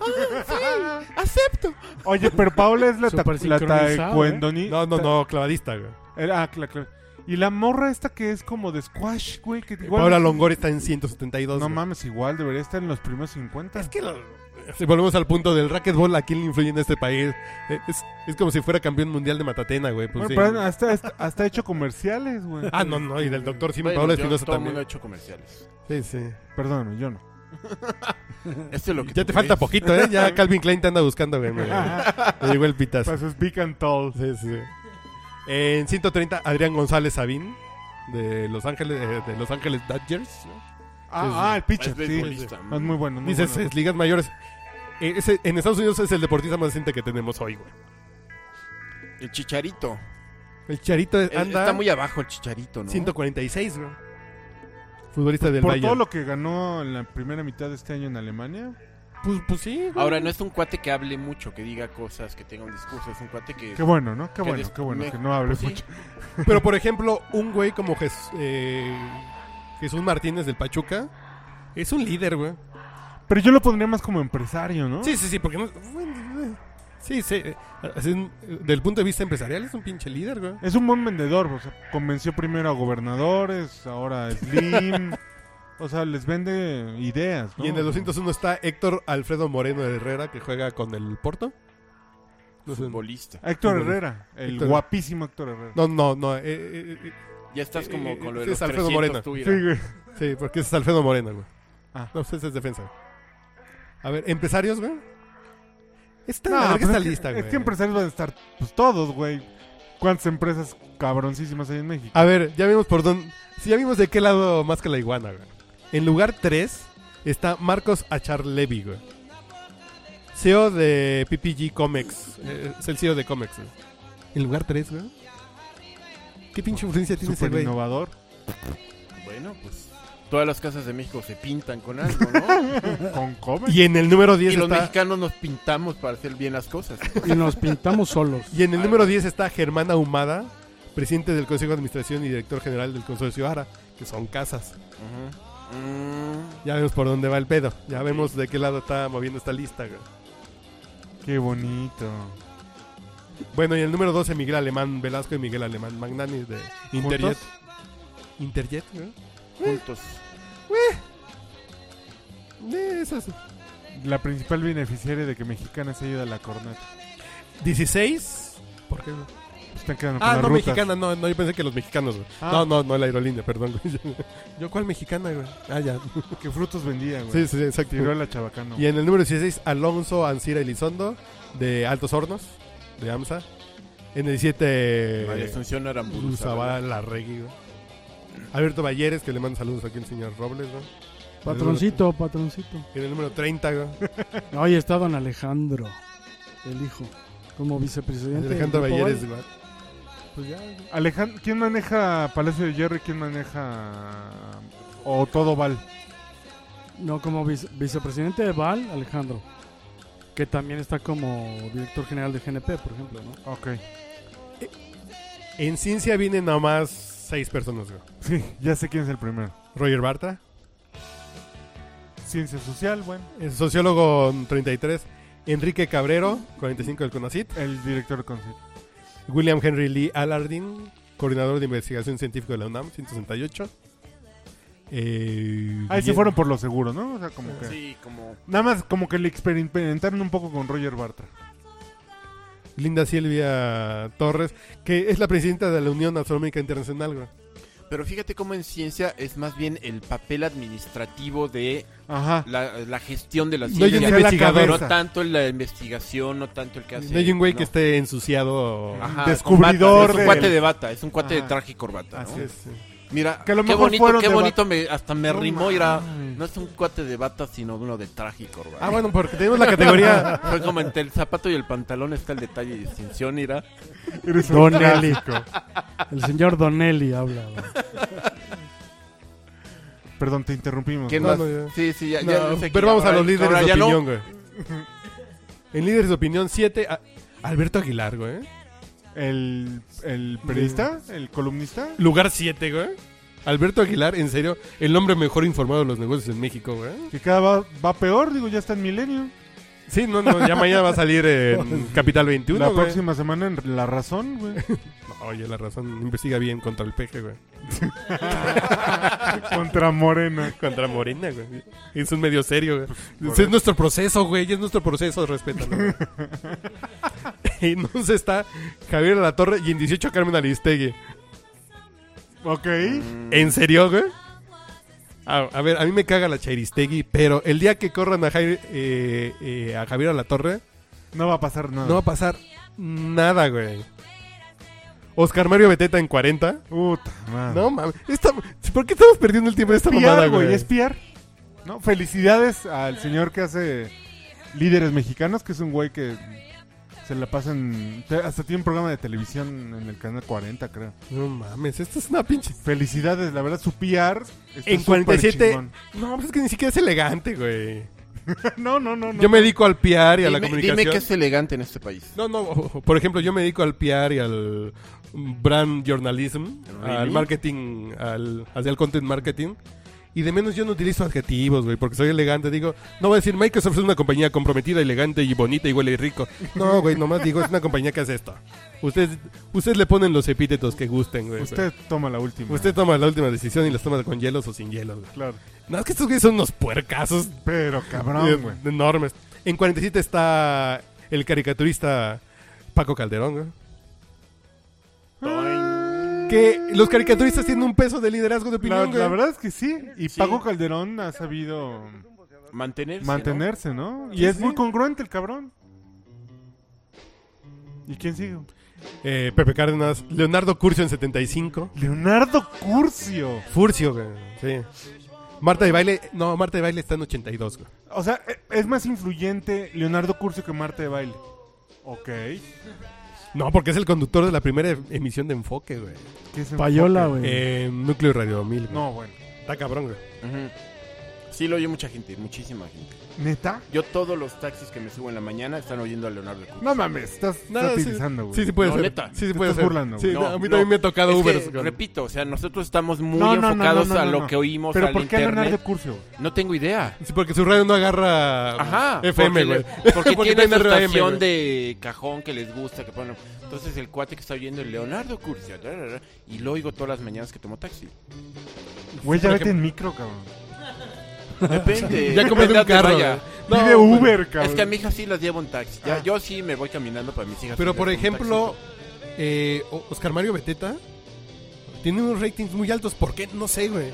Oye, pero Paula es la, ta Súper la sincronizado, taekwondoni- No, no, no, clavadista, güey. Eh, Ah, claro, claro. Y la morra esta que es como de squash, güey. Que igual, Paula Longori está en 172. No güey. mames, igual debería estar en los primeros 50. Es que lo- Si volvemos al punto del racquetball, ¿a quién le influye en este país? Eh, Es, es como si fuera campeón mundial de Matatena, güey. Pues, Bueno, sí. pero hasta, hasta, hasta ha hecho comerciales, güey. Ah, no, no, y del doctor Simon Bueno, Paula yo- Espinosa todo el mundo ha también. hecho comerciales. Sí, sí. Perdóname, yo no. Esto es lo que Ya te falta crees. poquito, ¿eh? Ya Calvin Klein te anda [laughs] buscando, güey. güey. Le llegó el pitazo. Para sus big Pues and tall. Sí, sí, sí. En 130, Adrián González Sabín, de Los Ángeles, eh, de Los Ángeles Dodgers. ¿no? Ah, Sí, sí. ah, el pitcher. Es Sí, sí. beisbolista. No, es muy bueno. muy Dices, bueno. es ligas mayores. Eh, ese- en Estados Unidos es el deportista más decente que tenemos hoy, güey. El chicharito. El Charito El- anda Eh, Está muy abajo el chicharito, ¿no? 146, güey. Futbolista del Por Bayern. todo lo que ganó en la primera mitad de este año en Alemania. Pues, pues sí, güey. Ahora, no es un cuate que hable mucho, que diga cosas, que tenga un discurso. Es un cuate que... Qué bueno, ¿no? Qué que bueno, des- qué bueno. me- Que no hable pues sí. mucho. Ah, Pero, por ejemplo, un güey como Jes- eh, Jesús Martínez del Pachuca es un líder, güey. Pero yo lo pondría más como empresario, ¿no? Sí, sí, sí, porque no. bueno, Sí, sí. eh, así, eh, Del punto de vista empresarial es un pinche líder, güey. Es un buen vendedor. O sea, convenció primero a gobernadores, ahora a [laughs] Slim. o sea, les vende ideas. ¿no? Y en el 201 está Héctor Alfredo Moreno Herrera, que juega con el Porto. No, sé. Futbolista. Héctor Herrera. El Héctor- guapísimo Héctor Herrera. no, no. no, eh, eh, eh, Ya estás Eh, como con lo de es los Alfredo 300 Moreno. tú, Ira. Sí, güey. sí, porque ese es Alfredo Moreno, güey. Ah. No, ese es defensa. A ver, empresarios, güey. Está, No, pues está es que- lista, güey. Es que empresarios van a estar pues, todos, güey. ¿Cuántas empresas cabroncísimas hay en México? A ver, ya vimos por dónde. Si ya vimos de qué lado más que la iguana, güey. En lugar 3 está Marcos Achar Levy, güey. CEO de PPG Comex. eh, es el CEO de Comex, güey. En lugar 3, güey. ¿Qué pinche influencia tiene ese Súper güey? innovador. Bueno, pues... Todas las casas de México se pintan con algo, [laughs] ¿no? [laughs] Con comer. Y en el número y 10 los está. mexicanos nos pintamos para hacer bien las cosas. Y nos pintamos solos. Y en el número 10 está Germán Ahumada, presidente del Consejo de Administración y director general del Consorcio ARA, que son casas. Ujú. Mm. Ya vemos por dónde va el pedo. Ya vemos de qué lado está moviendo esta lista, güey. Qué bonito. Bueno, y el número 12, Miguel Alemán Velasco y Miguel Alemán Magnani de Interjet. Interjet, ¿no? Juntos. Eh, eso es. La principal beneficiaria de que Mexicana se ayuda a la corneta. 16. ¿Por qué? no? Están quedando con Ah, las no, rutas. mexicana, no, no, yo pensé que los mexicanos, güey. Ah. No, no, no, la aerolínea, perdón, güey. [laughs] Yo, ¿cuál mexicana, güey? Ah, ya. Que frutos vendía, güey. Sí, sí, sí, exacto. Tiró a la chabacano. Y en el número 16, Alonso Ancira Elizondo de Altos Hornos, de AMSA. En el 17, María Asunción Aramburu. Usaba la reggae, güey. Alberto Valleres, que le mando saludos aquí al señor Robles, ¿no? Patroncito, patroncito. En el número [laughs] 30, güey. Ahí está don Alejandro, el hijo, como vicepresidente. Alejandro del grupo Valleres, Valle. güey. Pues ya, güey. Alejandro, ¿quién maneja Palacio de Hierro y quién maneja o todo Val? No, como vice- vicepresidente de Val, Alejandro. Que también está como director general de GNP, por ejemplo, ¿no? Ok. En ciencia vienen nada más seis personas, güey. Sí, ya sé quién es el primero. Roger Barta, Ciencia social, bueno. el sociólogo mm, 33. Enrique Cabrero, 45 del CONACYT. El director de Concilio. William Henry Lee Allardin, coordinador de investigación científica de la UNAM, 168. Ah, Eh, Ahí se Guillermo- fueron por lo seguro, ¿no? O sea, como que. Sí, como... Nada más como que le experimentaron un poco con Roger Bartra. Linda Silvia Torres, que es la presidenta de la Unión Astronómica Internacional. güey. Pero fíjate cómo en ciencia es más bien el papel administrativo de Ajá. la, la gestión de la No hay ciencia. un investigador. no tanto en la investigación, no tanto el que hace... no hay un güey no. que esté ensuciado. Ajá, descubridor con bata, Es de- un cuate de bata, es un cuate Ajá. de traje y corbata. ¿no? Así es. Mira, Que a lo qué mejor bonito, fueron qué de bonito, me, hasta me No rimó, era, mames. no es un cuate de bata, sino uno de traje y corbata. Ah, bueno, porque tenemos la categoría. Fue como entre el zapato y el pantalón está el detalle y distinción, mira. Pues Eres un Donnelly. clásico. El señor Donnelly habla. güey. Perdón, te interrumpimos. ¿Quién ¿no? no, más? no, ya. Sí, sí, [laughs] ya, No, ya sé que pero vamos a ahora- los líderes ahora de ya no. opinión, güey. [laughs] En líderes de opinión 7, a- Alberto Aguilar, güey. ¿El, el periodista? ¿El columnista? Lugar 7, güey. Alberto Aguilar, en serio, el hombre mejor informado de los negocios en México, güey. Que cada va, va peor, digo, ya está en Milenio. Sí, no, no, ya mañana va a salir en Capital [laughs] 21, La güey. próxima semana en La Razón, güey. Oye, la razón, investiga bien contra el [laughs] peje, güey. Contra Morena. Contra Morena, güey. Es un medio serio, güey. Ese es nuestro proceso, güey. Es nuestro proceso, respétalo. güey. [laughs] [laughs] Entonces está Javier Latorre y en 18 Carmen Aristegui. Ok. ¿En serio, güey? A, a ver, a mí me caga la Chairistegui, pero el día que corran a, Jair- eh, eh, a Javier a la Torre, No va a pasar nada. no va a pasar nada, güey. Oscar Mario Beteta en 40. Puta madre. No mames. Esta- ¿Por qué estamos perdiendo el tiempo de esta mamada, espiar, güey? Ah. güey, espiar. No, felicidades al señor que hace líderes mexicanos, que es un güey que se la pasa en... te- Hasta tiene un programa de televisión en el canal 40, creo. No mames, esto es una pinche. Felicidades, la verdad, su PR está En súper 47. chingón. [laughs] No, pues es que ni siquiera es elegante, güey. No, no, no, no. Yo me dedico al PR y a la Dime, comunicación. dime que es elegante en este país. No, no, por ejemplo, yo me dedico al PR y al brand journalism, Really? al marketing, al, hacia el content marketing. Y de menos yo no utilizo adjetivos, güey, porque soy elegante. Digo, no voy a decir Microsoft es una compañía comprometida, elegante y bonita y huele y rico. No, güey, nomás digo, es una compañía que hace esto. Ustedes, ustedes le ponen los epítetos que gusten, güey. Usted toma la última. Usted toma la última decisión y las toma con hielos o sin hielos, güey. claro. No, es que estos güeyes son unos puercazos Pero eh, cabrón, güey. enormes. En 47 está el caricaturista Paco Calderón, güey. Que los caricaturistas tienen un peso de liderazgo La, de opinión, la güey. verdad es que sí. Y Sí. Paco Calderón ha sabido Mantenerse. ¿no? mantenerse, ¿no? Y Sí, es sí. muy congruente el cabrón. ¿Y quién sigue? Eh, Pepe Cárdenas, Leonardo Curcio en 75. Leonardo Curcio. Furcio, güey. Sí. Marta de Baile, no, Marta de Baile está en 82, güey. O sea, e- es más influyente Leonardo Curcio que Marta de Baile. Ok. ¿Qué No, porque es el conductor de la primera em- emisión de Enfoque, güey. es enfoque? Payola, güey. Eh, Núcleo Radio 1000. No. Mm. No, bueno. Está cabrón, güey. Ujú. Sí, lo oye mucha gente, muchísima gente. ¿Neta? Yo todos los taxis que me subo en la mañana están oyendo a Leonardo Cruz. No mames, estás No, sí. satirizando, güey. Sí, sí puede No, ser. neta. Sí, sí Te puede estás ser. burlando, Sí, güey. a No, mí no. también me ha tocado Es Uber. que, repito, o sea, nosotros estamos muy No, no, no, enfocados no, no, a no, lo no. que oímos, Pero al ¿por qué internet. Leonardo Curcio? No tengo idea. Sí, porque su radio no agarra Ajá. FM, porque- güey. [laughs] Porque, tiene una radio AM, estación güey. de cajón que les gusta, que ponen. Entonces el cuate que está oyendo el Leonardo Curcio, da, da, da, y lo oigo todas las mañanas que tomo [laughs] taxi. Güey, ya Por vete en micro, cabrón. Depende. Ya compré depende a un dónde carro, vaya. güey. Vive No, güey. Uber, cabrón. Es que a mi hija sí las llevo en taxi. Ya, Yo sí me voy caminando para mis hijas. Pero sí por les tomo ejemplo, eh, O- Oscar Mario Beteta tiene unos ratings muy altos. ¿Por qué? No sé, güey.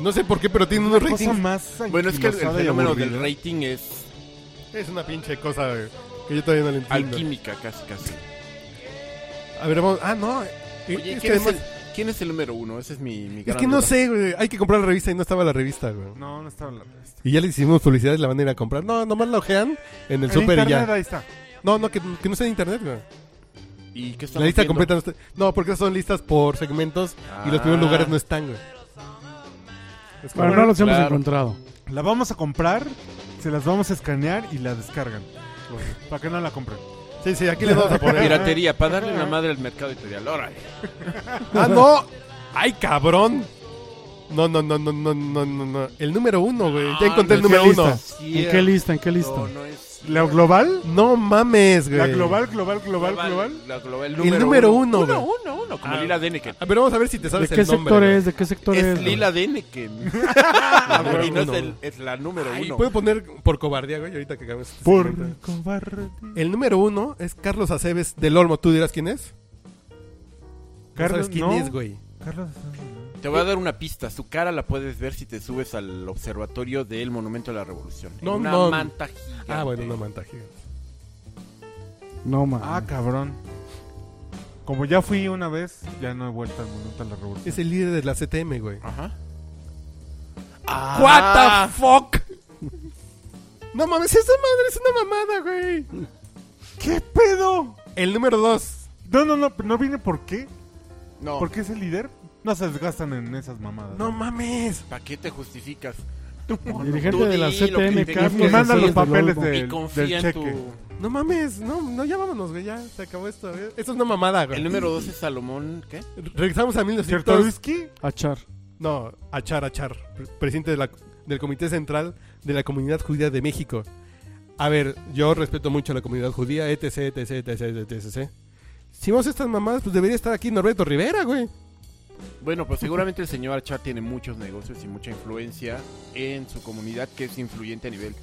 No sé por qué, pero tiene unos Cosa ratings. más taxi. Bueno, es que el, el anquilosada y fenómeno aburrida. del rating es Es una pinche cosa güey, que yo todavía no le entiendo. alquímica, casi, casi. A ver, vamos. Ah, no. eh, Oye, es, que ¿quién, es el, además- quién es el número uno? Ese es mi, mi es gran que no duda. sé, güey. Hay que comprar la revista y no estaba la revista, güey. No, no estaba en la revista. Y ya le hicimos publicidad y la van a ir a comprar. No, nomás la ojean en el En súper y internet, ya. ahí está. No, no, que, que no sea en internet, güey. ¿Y qué estamos La lista viendo? completa no está. No, porque son listas por segmentos y los Ah. primeros lugares no están, güey. Es como- bueno, no los hemos claro. encontrado. La vamos a comprar, se las vamos a escanear y la descargan. Para que no la compren. Sí, sí, aquí le vamos a poner. Piratería, para darle la madre al mercado editorial. Órale. ¡Ah, no! ¡Ay, cabrón! No, no, no, no, no, no, no, no. El número uno, güey. Ah, Ya encontré el no número es uno. ¿En qué lista? ¿En qué lista? No, no es. ¿La global? No mames, güey. ¿La global, global, global, global? La global, el El número uno, Uno, güey. uno, uno, Como Ah. Lila Denneken. A ver, vamos a ver si te ¿De sabes qué el nombre. sector güey. es? ¿De qué sector es? Es Ah, güey? Lila [laughs] Denneken. y no es, el- es la número Ay, uno. ¿Puedo poner por cobardía, güey? Ahorita que acabemos. este segmento. Por cobarde. El número uno es Carlos Aceves del Olmo. ¿Tú dirás quién es? no sabes quién no. es, güey. Carlos. Te voy a dar una pista. Su cara la puedes ver si te subes al observatorio del Monumento de la Revolución. En No, una no. manta gigante. Ah, bueno, no mantaje. No, man. Ah, cabrón. Como ya fui una vez, ya no he vuelto al Monumento a la Revolución. Es el líder de la CTM, güey. Ajá. Ah. What the fuck? No mames, esa madre es una mamada, güey. ¿Qué pedo? El número dos. No, no, no, pero no viene por qué. No. ¿Por qué es el líder? No se desgastan en esas mamadas. No mames. ¿Para qué te justificas? Dirigente Tú de la di lo que CTM, te- Y Carlos me mandan los Aceves del papeles Olmo. del, Y confía del en cheque. tu... No mames. No, no, ya vámonos, güey. Ya se acabó esto. güey. Esto es una mamada, güey. El número dos es Salomón, ¿qué? Regresamos a 1900. ¿Cierto, Whisky? Achar. No, Achar Achar, pre- presidente de la- del Comité Central de la Comunidad Judía de México. A ver, yo respeto mucho a la comunidad judía, etc, etc, etc, etc, etc. Si vamos a estas mamadas, pues debería estar aquí Norberto Rivera, güey. Bueno, pues seguramente el señor Archar tiene muchos negocios y mucha influencia en su comunidad que es influyente a nivel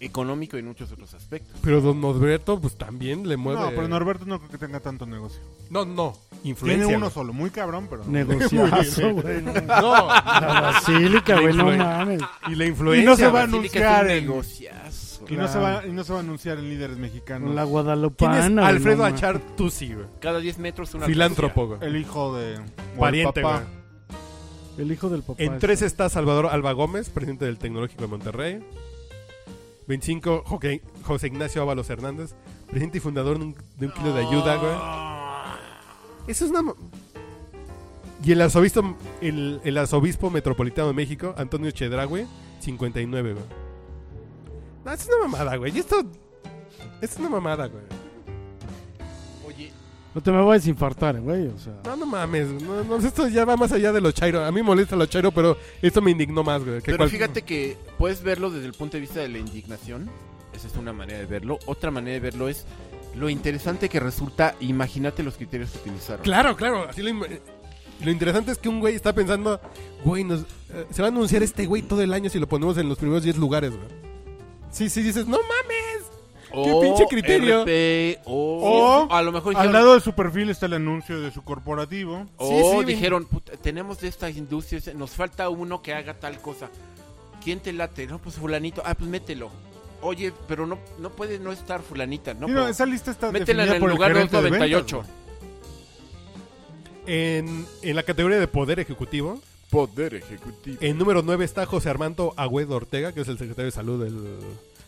económico y en muchos otros aspectos. Pero don Norberto, pues también le mueve. No, pero Norberto no creo que tenga tanto negocio. No, no, influencia. Tiene uno güey. solo, muy cabrón, pero. no. Negociazo, güey. no. [laughs] No, La basílica, güey, no Influen- mames. y la influencia. no se va güey. a anunciar en- negociazo. Y no, se va, y no se va a anunciar en líderes mexicanos. La ¿Quién guadalupana. es güey, Alfredo no mames. Achar Tusi, güey? Cada 10 metros una Filántropo, güey. El hijo de. o el Pariente, papá. güey. El hijo del papá. En 3 está Salvador Alba Gómez, presidente del Tecnológico de Monterrey. 25, Joque- José Ignacio Ábalos Hernández, presidente y fundador de un, de un kilo de ayuda, güey. Eso es una... ma- Y el arzobispo, el, el arzobispo metropolitano de México, Antonio Chedragüe, 59, güey. No, es una mamada, güey. Y esto... Es una mamada, güey. Oye, No te me vayas a infartar, güey. O sea, No, no mames. No, no, esto ya va más allá de lo chairo. A mí me molesta lo chairo, pero esto me indignó más, güey. que pero cual- fíjate que puedes verlo desde el punto de vista de la indignación. Esa es una manera de verlo. Otra manera de verlo es lo interesante que resulta. Imagínate los criterios que utilizaron. Claro, claro. Así lo, im- eh, lo interesante es que un güey está pensando, güey, nos- eh, se va a anunciar este güey todo el año si lo ponemos en los primeros 10 lugares, güey. Sí, sí, dices, no mames. ¿Qué O pinche criterio? RP, o, O, a lo mejor Al dijeron, lado de su perfil está el anuncio de su corporativo. o Sí, sí, dijeron "Puta, tenemos de estas industrias, nos falta uno que haga tal cosa. ¿Quién te late? No, pues fulanito. Ah, pues mételo. Oye, pero no, no puede no estar fulanita. No, Sí, no, puedo. esa lista está Métela en definida el por el lugar gerente de 298. ventas, güey. En, en la categoría de poder ejecutivo, Poder ejecutivo. en número 9 está José Armando Agüedo Ortega, que es el secretario de salud de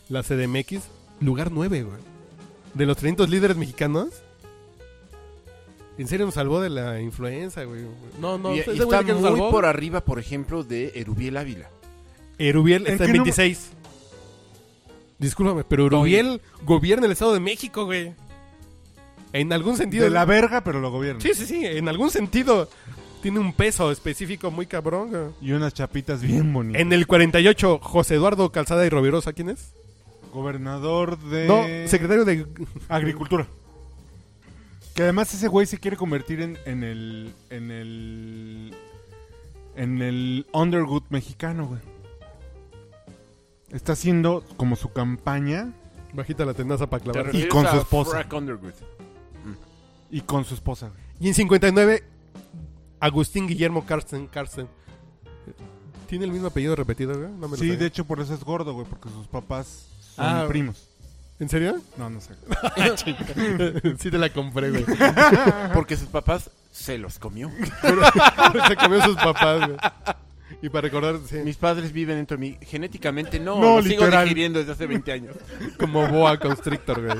la CDMX. Lugar 9, güey. De los 300 líderes mexicanos. En serio nos salvó de la influenza, güey. No, no, y, ese y güey está que nos muy salvó. por arriba, por ejemplo, de Erubiel Ávila. Erubiel ¿En está en qué número? 26. Discúlpame, pero Erubiel gobierna el Estado de México, güey. En algún sentido. De la verga, pero lo gobierna. Sí, sí, sí. En algún sentido. Tiene un peso específico muy cabrón, güey. Y unas chapitas bien bonitas. En el 48, José Eduardo Calzada y Rovirosa, ¿quién es? Eh, Gobernador de. No, secretario de. Agricultura. Que además ese güey se quiere convertir en, en el. En el. En el Underwood mexicano, güey. Está haciendo como su campaña Bajita la tenaza para clavar. refieres con su a esposa. Frank [laughs] y con su esposa. güey. Y en 59, Agustín Guillermo Carsten. Carsten. Tiene el mismo apellido repetido, güey. No me lo Sí, sabía. de hecho por eso es gordo, güey, porque sus papás son Ah. primos. ¿En serio? [laughs] No, no sé. Ah, sí, te la compré, güey. Porque sus papás se los comió. [laughs] Se comió sus papás, güey. Y para recordar, sí, Mis padres viven dentro de mí. Genéticamente no, No, lo sigo literal. digiriendo desde hace 20 años. como boa constrictor, güey.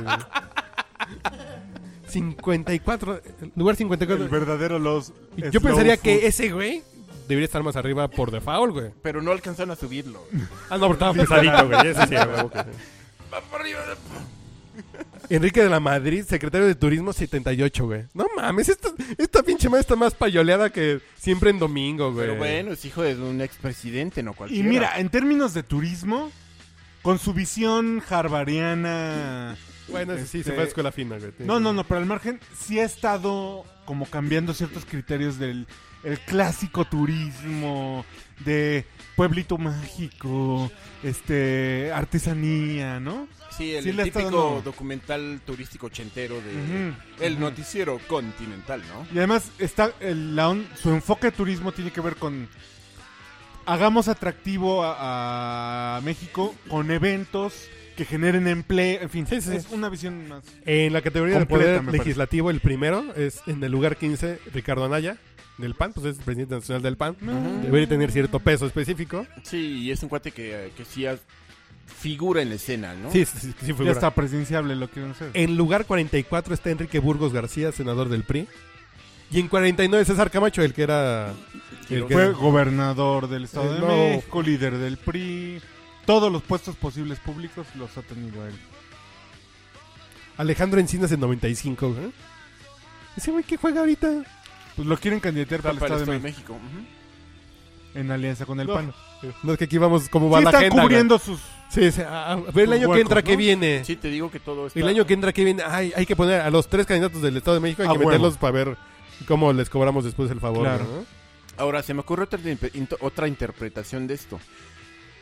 54, lugar El 54. verdadero los. Yo pensaría que ese güey debería estar más arriba por default, güey. Pero no alcanzaron a subirlo. [laughs] Ah, no, pero estaba pesadito, güey. Ese sí, güey. ok. Va para arriba. Enrique de la Madrid, secretario de Turismo 78, güey. No mames, esta, esta pinche madre está más payoleada que siempre en domingo, güey. Pero bueno, es hijo de un expresidente, no Pues. Y cualquiera. mira, en términos de turismo, con su visión harvariana... Bueno, sí, se este, fue a escuela fina, güey. No, no, no, pero al margen sí ha estado como cambiando ciertos criterios del el clásico turismo, de pueblito mágico, este artesanía, ¿no? Sí, el Sí le está típico dando- documental turístico ochentero de Ujú. el noticiero continental, ¿no? Y además está el- la on- su enfoque de turismo tiene que ver con hagamos atractivo a, a México con eventos que generen empleo, en fin, Sí, sí, sí. es una visión más. En la categoría del Completa, Poder me parece. Legislativo, el primero es en el lugar 15, Ricardo Anaya, del PAN, pues es el presidente nacional del PAN. Debería tener cierto peso específico. Sí, y es un cuate que, que sí ha- figura en la escena, ¿no? Sí, sí, sí, sí, Ya figura. está presidenciable lo quieren hacer. En lugar 44 está Enrique Burgos García, senador del PRI. Y en 49 César Camacho, el que era... el que- Fue gobernador del Estado Eh, de no. México, líder del PRI. Todos los puestos posibles públicos los ha tenido él. Alejandro Encinas en 95, güey. ¿eh? Ese güey que juega ahorita. Pues lo quieren candidatar para Está el para Estado de Estado de México México. ujú. en alianza con el No, PAN. No es que aquí vamos como va Sí la están agenda. güey. cubriendo sus... Sí, sí, ah, ah, pero el Sus año huecos, que entra, ¿no? que viene. Sí, te digo que todo está... El año que entra, que viene. Ay, hay que poner a los tres candidatos del Estado de México, A hay que Ah, huevo. meterlos para ver cómo les cobramos después el favor. Claro. ¿no? Ahora, se me ocurre otra, inter- int- otra interpretación de esto.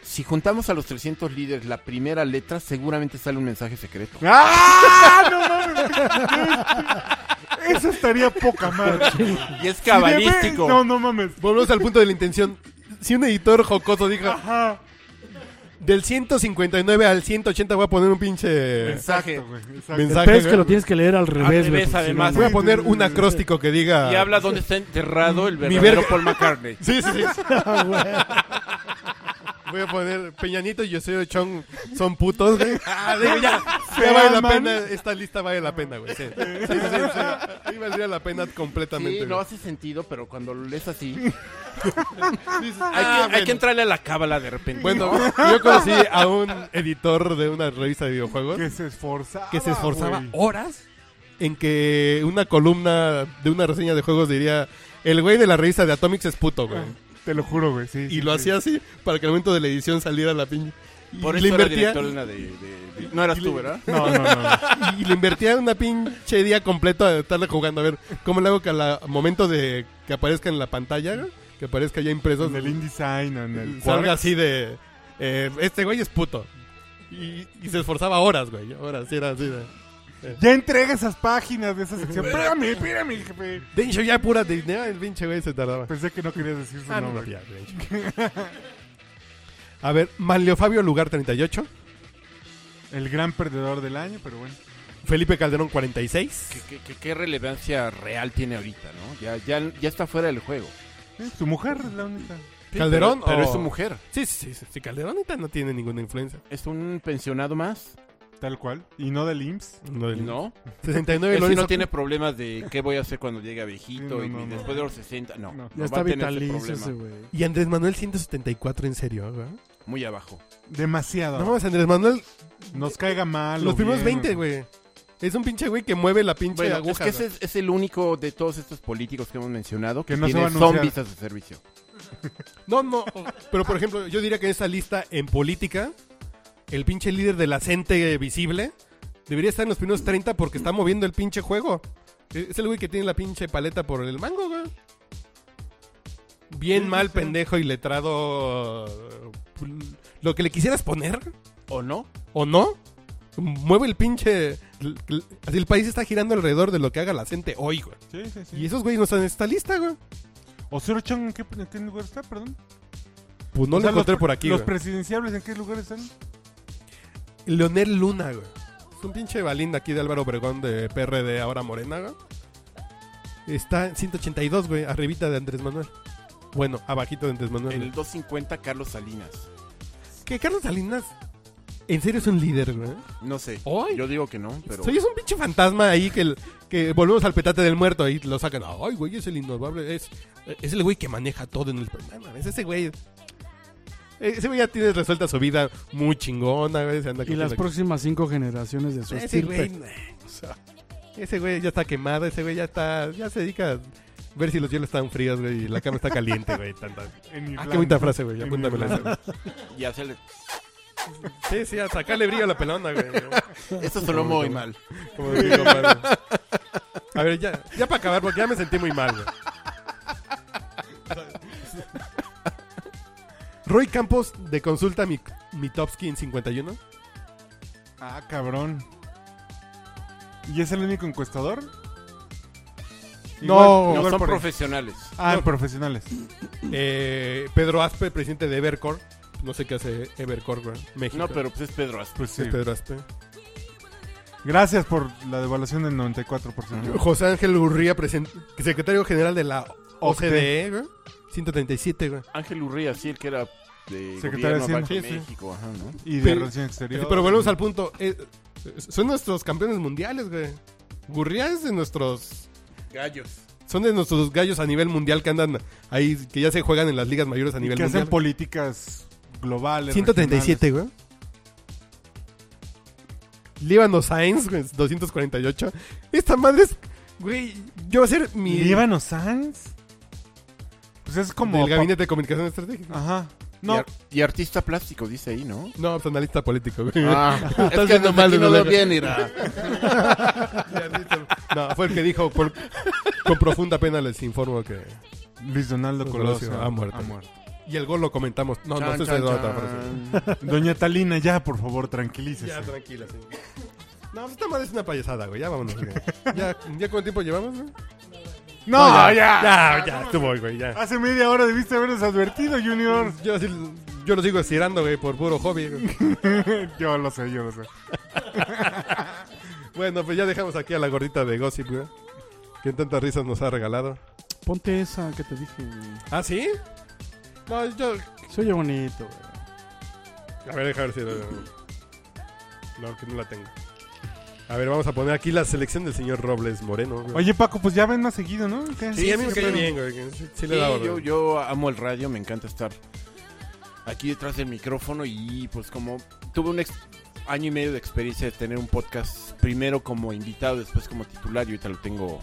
Si juntamos a los 300 líderes la primera letra, seguramente sale un mensaje secreto. ¡Ah! ¡No mames! Eso estaría poca madre. Y es Ah, Sí, No, no mames. Volvemos al punto de la intención. Si un editor jocoso dijo, Ajá. del 159 al 180 voy a poner un pinche Mensaje. Exacto, güey, exacto. mensaje. Pero es que güey. lo tienes que leer al revés, güey, porque revés, si no, además. no. Voy a poner un acróstico que diga... Y habla dónde está enterrado el Mi verdadero verga. Paul [laughs] McCartney. Sí, sí, sí. [laughs] Ah, Voy a poner Peñanito y Yoseo Chong son putos, [laughs] güey. Ah, digo, ya, ya vale la aman. pena. Esta lista vale la pena, güey. Sí, sí, sí. sí, sí. Ahí valdría la pena completamente. Sí, no güey. hace sentido, pero cuando lo lees así, Sí, sí. hay, [laughs] Ah, que, hay que entrarle a la cábala de repente. Bueno, ¿no? yo conocí a un editor de una revista de videojuegos Que se esforzaba. que se esforzaba güey. horas en que una columna de una reseña de juegos diría: El güey de la revista de Atomics es puto, güey. Te lo juro, güey. Ah, Sí, Y lo hacía así para que al momento de la edición saliera la pinche. Y por le eso era invertía- director de una de... de- de- No eras [laughs] tú, ¿verdad? No, no, no. no. Y le invertía una pinche día completo a estarle jugando. A ver, ¿cómo le hago que al momento de que aparezca en la pantalla, que aparezca ya impreso, En el InDesign, en el... salga Quarks. así de. eh, este güey es puto. Y, y se esforzaba horas, güey. Horas, sí, era así de. Ya entrega esas páginas de esa [laughs] sección. Espérame, espérame, jefe. De hecho, ya pura dinero, el pinche güey se tardaba. Pensé que no querías decir su Ah, no, nombre. ya, de hecho. [laughs] A ver, Manlio Fabio, lugar 38. El gran perdedor del año, pero bueno. Felipe Calderón, 46. ¿Qué, qué- qué- qué relevancia real tiene ahorita, no? Ya, ya, ya está fuera del juego. Eh, Su mujer es la única. Sí, ¿Calderón Pero, pero o- es su mujer. Sí, sí, sí, sí. Calderón ahorita no tiene ninguna influencia. Es un pensionado más, Tal cual. Y no del IMSS. No, del- ¿no? 69 Él sí Lorenzo- no tiene problemas de qué voy a hacer cuando llegue a viejito No, y no, no. después de los 60. No, No. no Ya va está a tener ese vitalicio problema. ese, güey. Y Andrés Manuel 174 en serio, ¿eh, güey. Muy abajo. Demasiado. Ah. No mames, Andrés Manuel, Nos caiga mal. los o primeros bien, 20, o- güey. Es un pinche güey que mueve la pinche Bueno, aguja. es que ese es, es el único de todos estos políticos que hemos mencionado que, Que no se va tiene a anunciar. zombies a su servicio. güey. No, no. Pero por ejemplo, yo diría que en esa lista en política, el pinche líder de la gente visible debería estar en los primeros 30 porque está moviendo el pinche juego. E, Es el güey que tiene la pinche paleta por el mango, güey. Bien mal pendejo y letrado. mm, Lo que le quisieras poner. ¿O no? ¿O no? Mueve el pinche... l- l- así el país está girando alrededor de lo que haga la gente hoy, güey. Sí, sí, sí. Y esos güeyes no están en esta lista, güey. ¿O Zero Chong en qué, en qué lugar está? Perdón. Pues no O lo sea, encontré los- por aquí, ¿Los güey. presidenciables en qué lugar están? Leonel Luna, güey. Es un pinche balín de aquí de Álvaro Obregón de PRD, ahora Morena, güey. Está en 182, güey, arribita de Andrés Manuel. Bueno, abajito de Andrés Manuel. En güey. el 250 Carlos Salinas. Que Carlos Salinas, en serio es un líder, güey. No sé. Ay. Yo digo que no, pero... Soy es un pinche fantasma ahí que, el- que volvemos al petate del muerto ahí lo sacan. Ay, güey, es el innovable. Es, es el güey que maneja todo en el. No, mames, ese güey. Eh, Ese güey ya tiene resuelta su vida muy chingona, güey. se anda Y las cogiendo- próximas cinco generaciones de su Ese güey, estirpe. nah, o sea, ese güey ya está quemado, ese güey ya está. Ya se dedica a ver si los hielos están fríos, güey, y la cama está caliente, güey. tanta- En Ah, Irlanda. qué bonita frase, güey. En Apúntamela. esa, güey. Irlanda. Y hacerle... Sí, sí, a sacarle brillo a la pelona, güey. Esto [laughs] sonó muy mal. Como digo, padre. A ver, ya, ya para acabar, porque ya me sentí muy mal, güey. Roy Campos de consulta mi, mi top skin 51. Ah, cabrón. ¿Y es el único encuestador? No, No, igual son por- profesionales. Ah, profesionales. Eh, Pedro Aspe, presidente de Evercore. No sé qué hace Evercore, güey. México. No, pero pues es Pedro Aspe. Pues sí. Es Pedro Aspe. Gracias por la devaluación del 94%. José Ángel Urría, presen- secretario general de la OCDE, E, güey. 137, güey. Ángel Urría, sí, el que era de Secretario de gobierno, Banco de Hacienda. México, ajá, ¿no? Y de Pero- relación exterior. Pero volvemos al punto. eh, son nuestros campeones mundiales, güey. Gurría es de nuestros. Gallos. Son de nuestros gallos a nivel mundial que andan ahí, que ya se juegan en las ligas mayores a Y nivel que hacen mundial. políticas globales. 137, güey. Líbano Sainz, güey, 248. Esta madre es. Güey, yo voy a ser mi. regionales. ¿Líbano Sanz? Pues es como. Del gabinete de comunicación estratégica. Ajá. No. Y, No, ar- y artista plástico, dice ahí, ¿no? No, pues analista político, güey. [laughs] Ah, Estás viendo mal de no la veo verga. bien, [laughs] mira. No, fue el que dijo por- con profunda pena les informo que. Luis Donaldo Colosio Colosio Pues ha muerto. Y el gol lo comentamos. No, no, Chan, estoy chan, de otra chan. frase. Doña Talina, ya, por favor, tranquilícese. Ya, tranquila, sí. No, pues esta madre es una payasada, güey. Ya vámonos, güey. Ya, ¿ya cuánto tiempo llevamos, güey? No, No, ya. Ya, ya, estuvo, güey, ya. Hace media hora debiste habernos advertido, Junior. Yo, sí- yo lo sigo estirando, güey, por puro hobby. güey. [laughs] yo lo sé, yo lo sé. [laughs] Bueno, pues ya dejamos aquí a la gordita de Gossip, güey. Que tantas risas nos ha regalado. Ponte esa que te dije. güey. ¿Ah, sí? No, yo... Se oye bonito, güey. A ver, déjame ver si... No, que no la tengo. A ver, vamos a poner aquí la selección del señor Robles Moreno. güey. Oye, Paco, pues ya ven más seguido, ¿no? ¿Qué? Sí, a mí me sí, cae sí. bien, güey. Sí, sí le Sí, da yo, yo amo el radio, me encanta estar aquí detrás del micrófono y pues como tuve un ex- año y medio de experiencia de tener un podcast primero como invitado, después como titular y ahorita lo tengo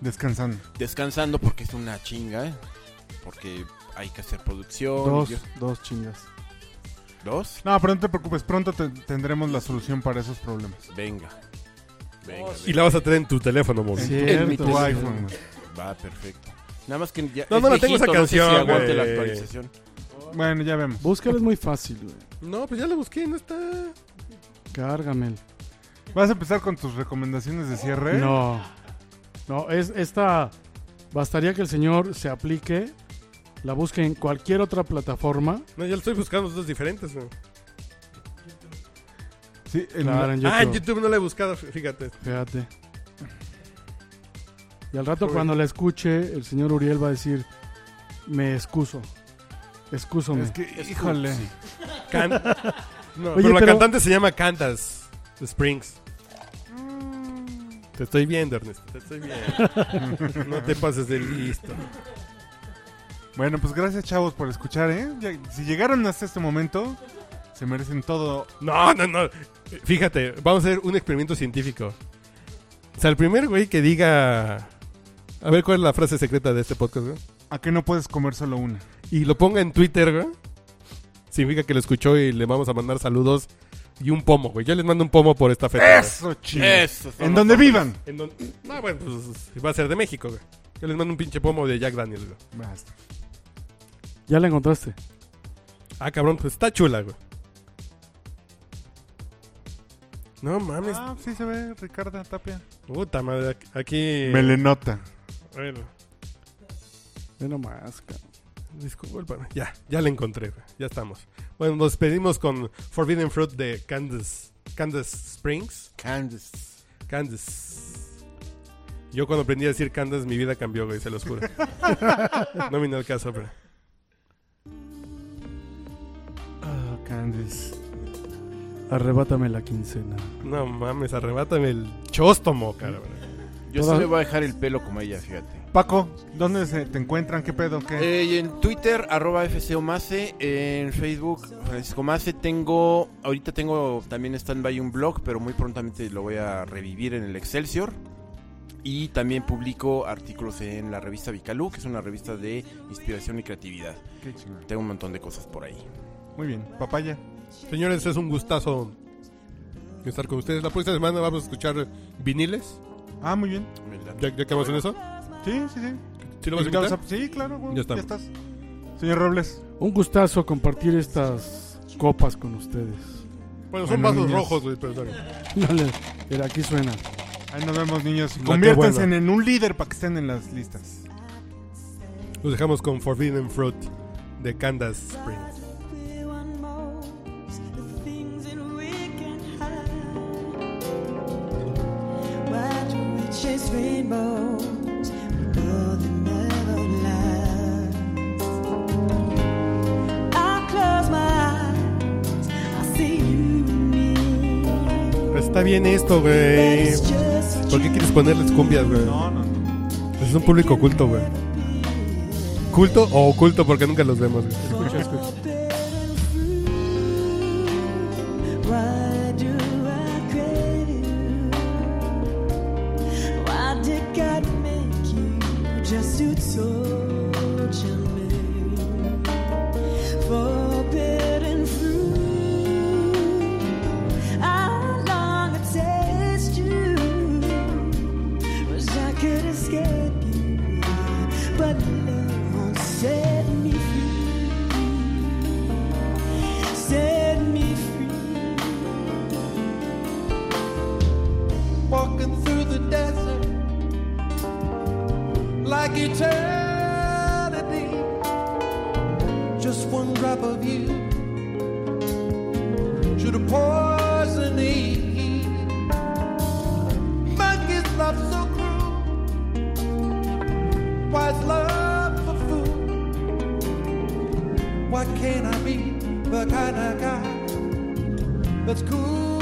Descansando. descansando porque es una chinga, ¿eh? porque hay que hacer producción. Dos, yo- dos chingas. ¿Dos? No, pero no te preocupes, pronto te- tendremos la solución para esos problemas. Venga. Venga, Y venga. la vas a tener en tu teléfono móvil. mi Tu teléfono. iPhone. güey. Va, perfecto. Nada más que ya No, es no la tengo esa viejito, no sé si canción, aguante güey. la actualización. Bueno, ya vemos. Búscalo es muy fácil, güey. No, pues ya la busqué, no está. Cárgamelo. ¿Vas a empezar con tus recomendaciones de ¿Eh? cierre? No. No, es esta. Bastaría que el señor se aplique, la busque en cualquier otra plataforma. No, ya la estoy buscando, dos diferentes. ¿no? Sí, en Claro, la- en Ah, en YouTube. YouTube no la he buscado, fí- fíjate. Fíjate. Y al rato cuando la escuche, el señor Uriel va a decir, me excuso. Excúsome. Es que, híjole. Can- No, Oye, pero la pero- cantante se llama Cantas Springs. Te estoy viendo, Ernesto. Te estoy viendo. no te pases de listo. Bueno, pues gracias, chavos, por escuchar, ¿eh? Ya- si llegaron hasta este momento, se merecen todo. No, no, no. Fíjate, vamos a hacer un experimento científico. O sea, el primer güey que diga. A ver cuál es la frase secreta de este podcast, güey. ¿A qué no puedes comer solo una? y lo ponga en Twitter, güey. Significa que lo escuchó y le vamos a mandar saludos y un pomo, güey. Yo les mando un pomo por esta feta. Eso, chido. Eso. son En los donde hombres. vivan. En don- No, bueno, pues va a ser de México, güey. Yo les mando un pinche pomo de Jack Daniels, güey. Basta. Ya la encontraste. Ah, cabrón, pues está chula, güey. No mames, Ah, sí se ve, Ricarda Tapia. puta madre. Aquí. Melenota. Bueno, Ve nomás, cabrón. discúlpame. Ya, ya la encontré, güey. Ya estamos. Bueno, nos pedimos con Forbidden Fruit de Candace, Candace Springs. Kansas. Candace. Yo cuando aprendí a decir Candace, mi vida cambió, güey, se los juro. no vino el caso, pero. Ah, Candice. Arrebátame la quincena. No mames, arrebátame el chóstomo, cabrón. Yo sí Todas- le voy a dejar el pelo como ella, fíjate. Paco, ¿dónde se te encuentran? ¿Qué pedo? ¿Qué? Eh, y en Twitter, arroba FCOMACE, en Facebook, Francisco Mace, tengo, ahorita tengo también stand-by un blog, pero muy prontamente lo voy a revivir en el Excelsior. Y también publico artículos en la revista Vicalú, que es una revista de inspiración y creatividad. Qué chingón. Tengo un montón de cosas por ahí. Muy bien, papaya. Señores, es un gustazo estar con ustedes. La próxima semana vamos a escuchar viniles. Ah, muy bien. Ya, ya acabamos en eso. Sí, sí, sí. ¿Sí lo vas a Invitados invitar? a- Sí, claro, güey. Ya está. ya estás. Señor Robles. Un gustazo compartir estas copas con ustedes. [laughs] Bueno, son Bueno, vasos niños. rojos, güey, pero está bien. No le- Mira, aquí suena. Ahí nos vemos, niños. No te Conviértanse vuelvan. en un líder para que estén en las listas. Los dejamos con Forbidden Fruit de Candace Springs. Everyone knows the things that we can hide. Why do we chase rainbows? We know they never last. I close my eyes, I see you and me. Pero está bien esto, güey. It's just a ¿Por qué quieres ponerles cumbias, güey? No, no, no. Es un público oculto, güey. ¿Culto o oculto? Porque nunca los vemos, güey. Escucha, escucha. forbidden fruit. Why do I crave you? Why did God make you just to torture me? Forbidden fruit. I long to taste you. Wish I could escape you, but love won't set me free set me free. walking through the desert like eternity. Just one drop of you to the poison ease. Monkey's love so cruel. Why is love for fool? Why can't I be the kind of guy that's cool?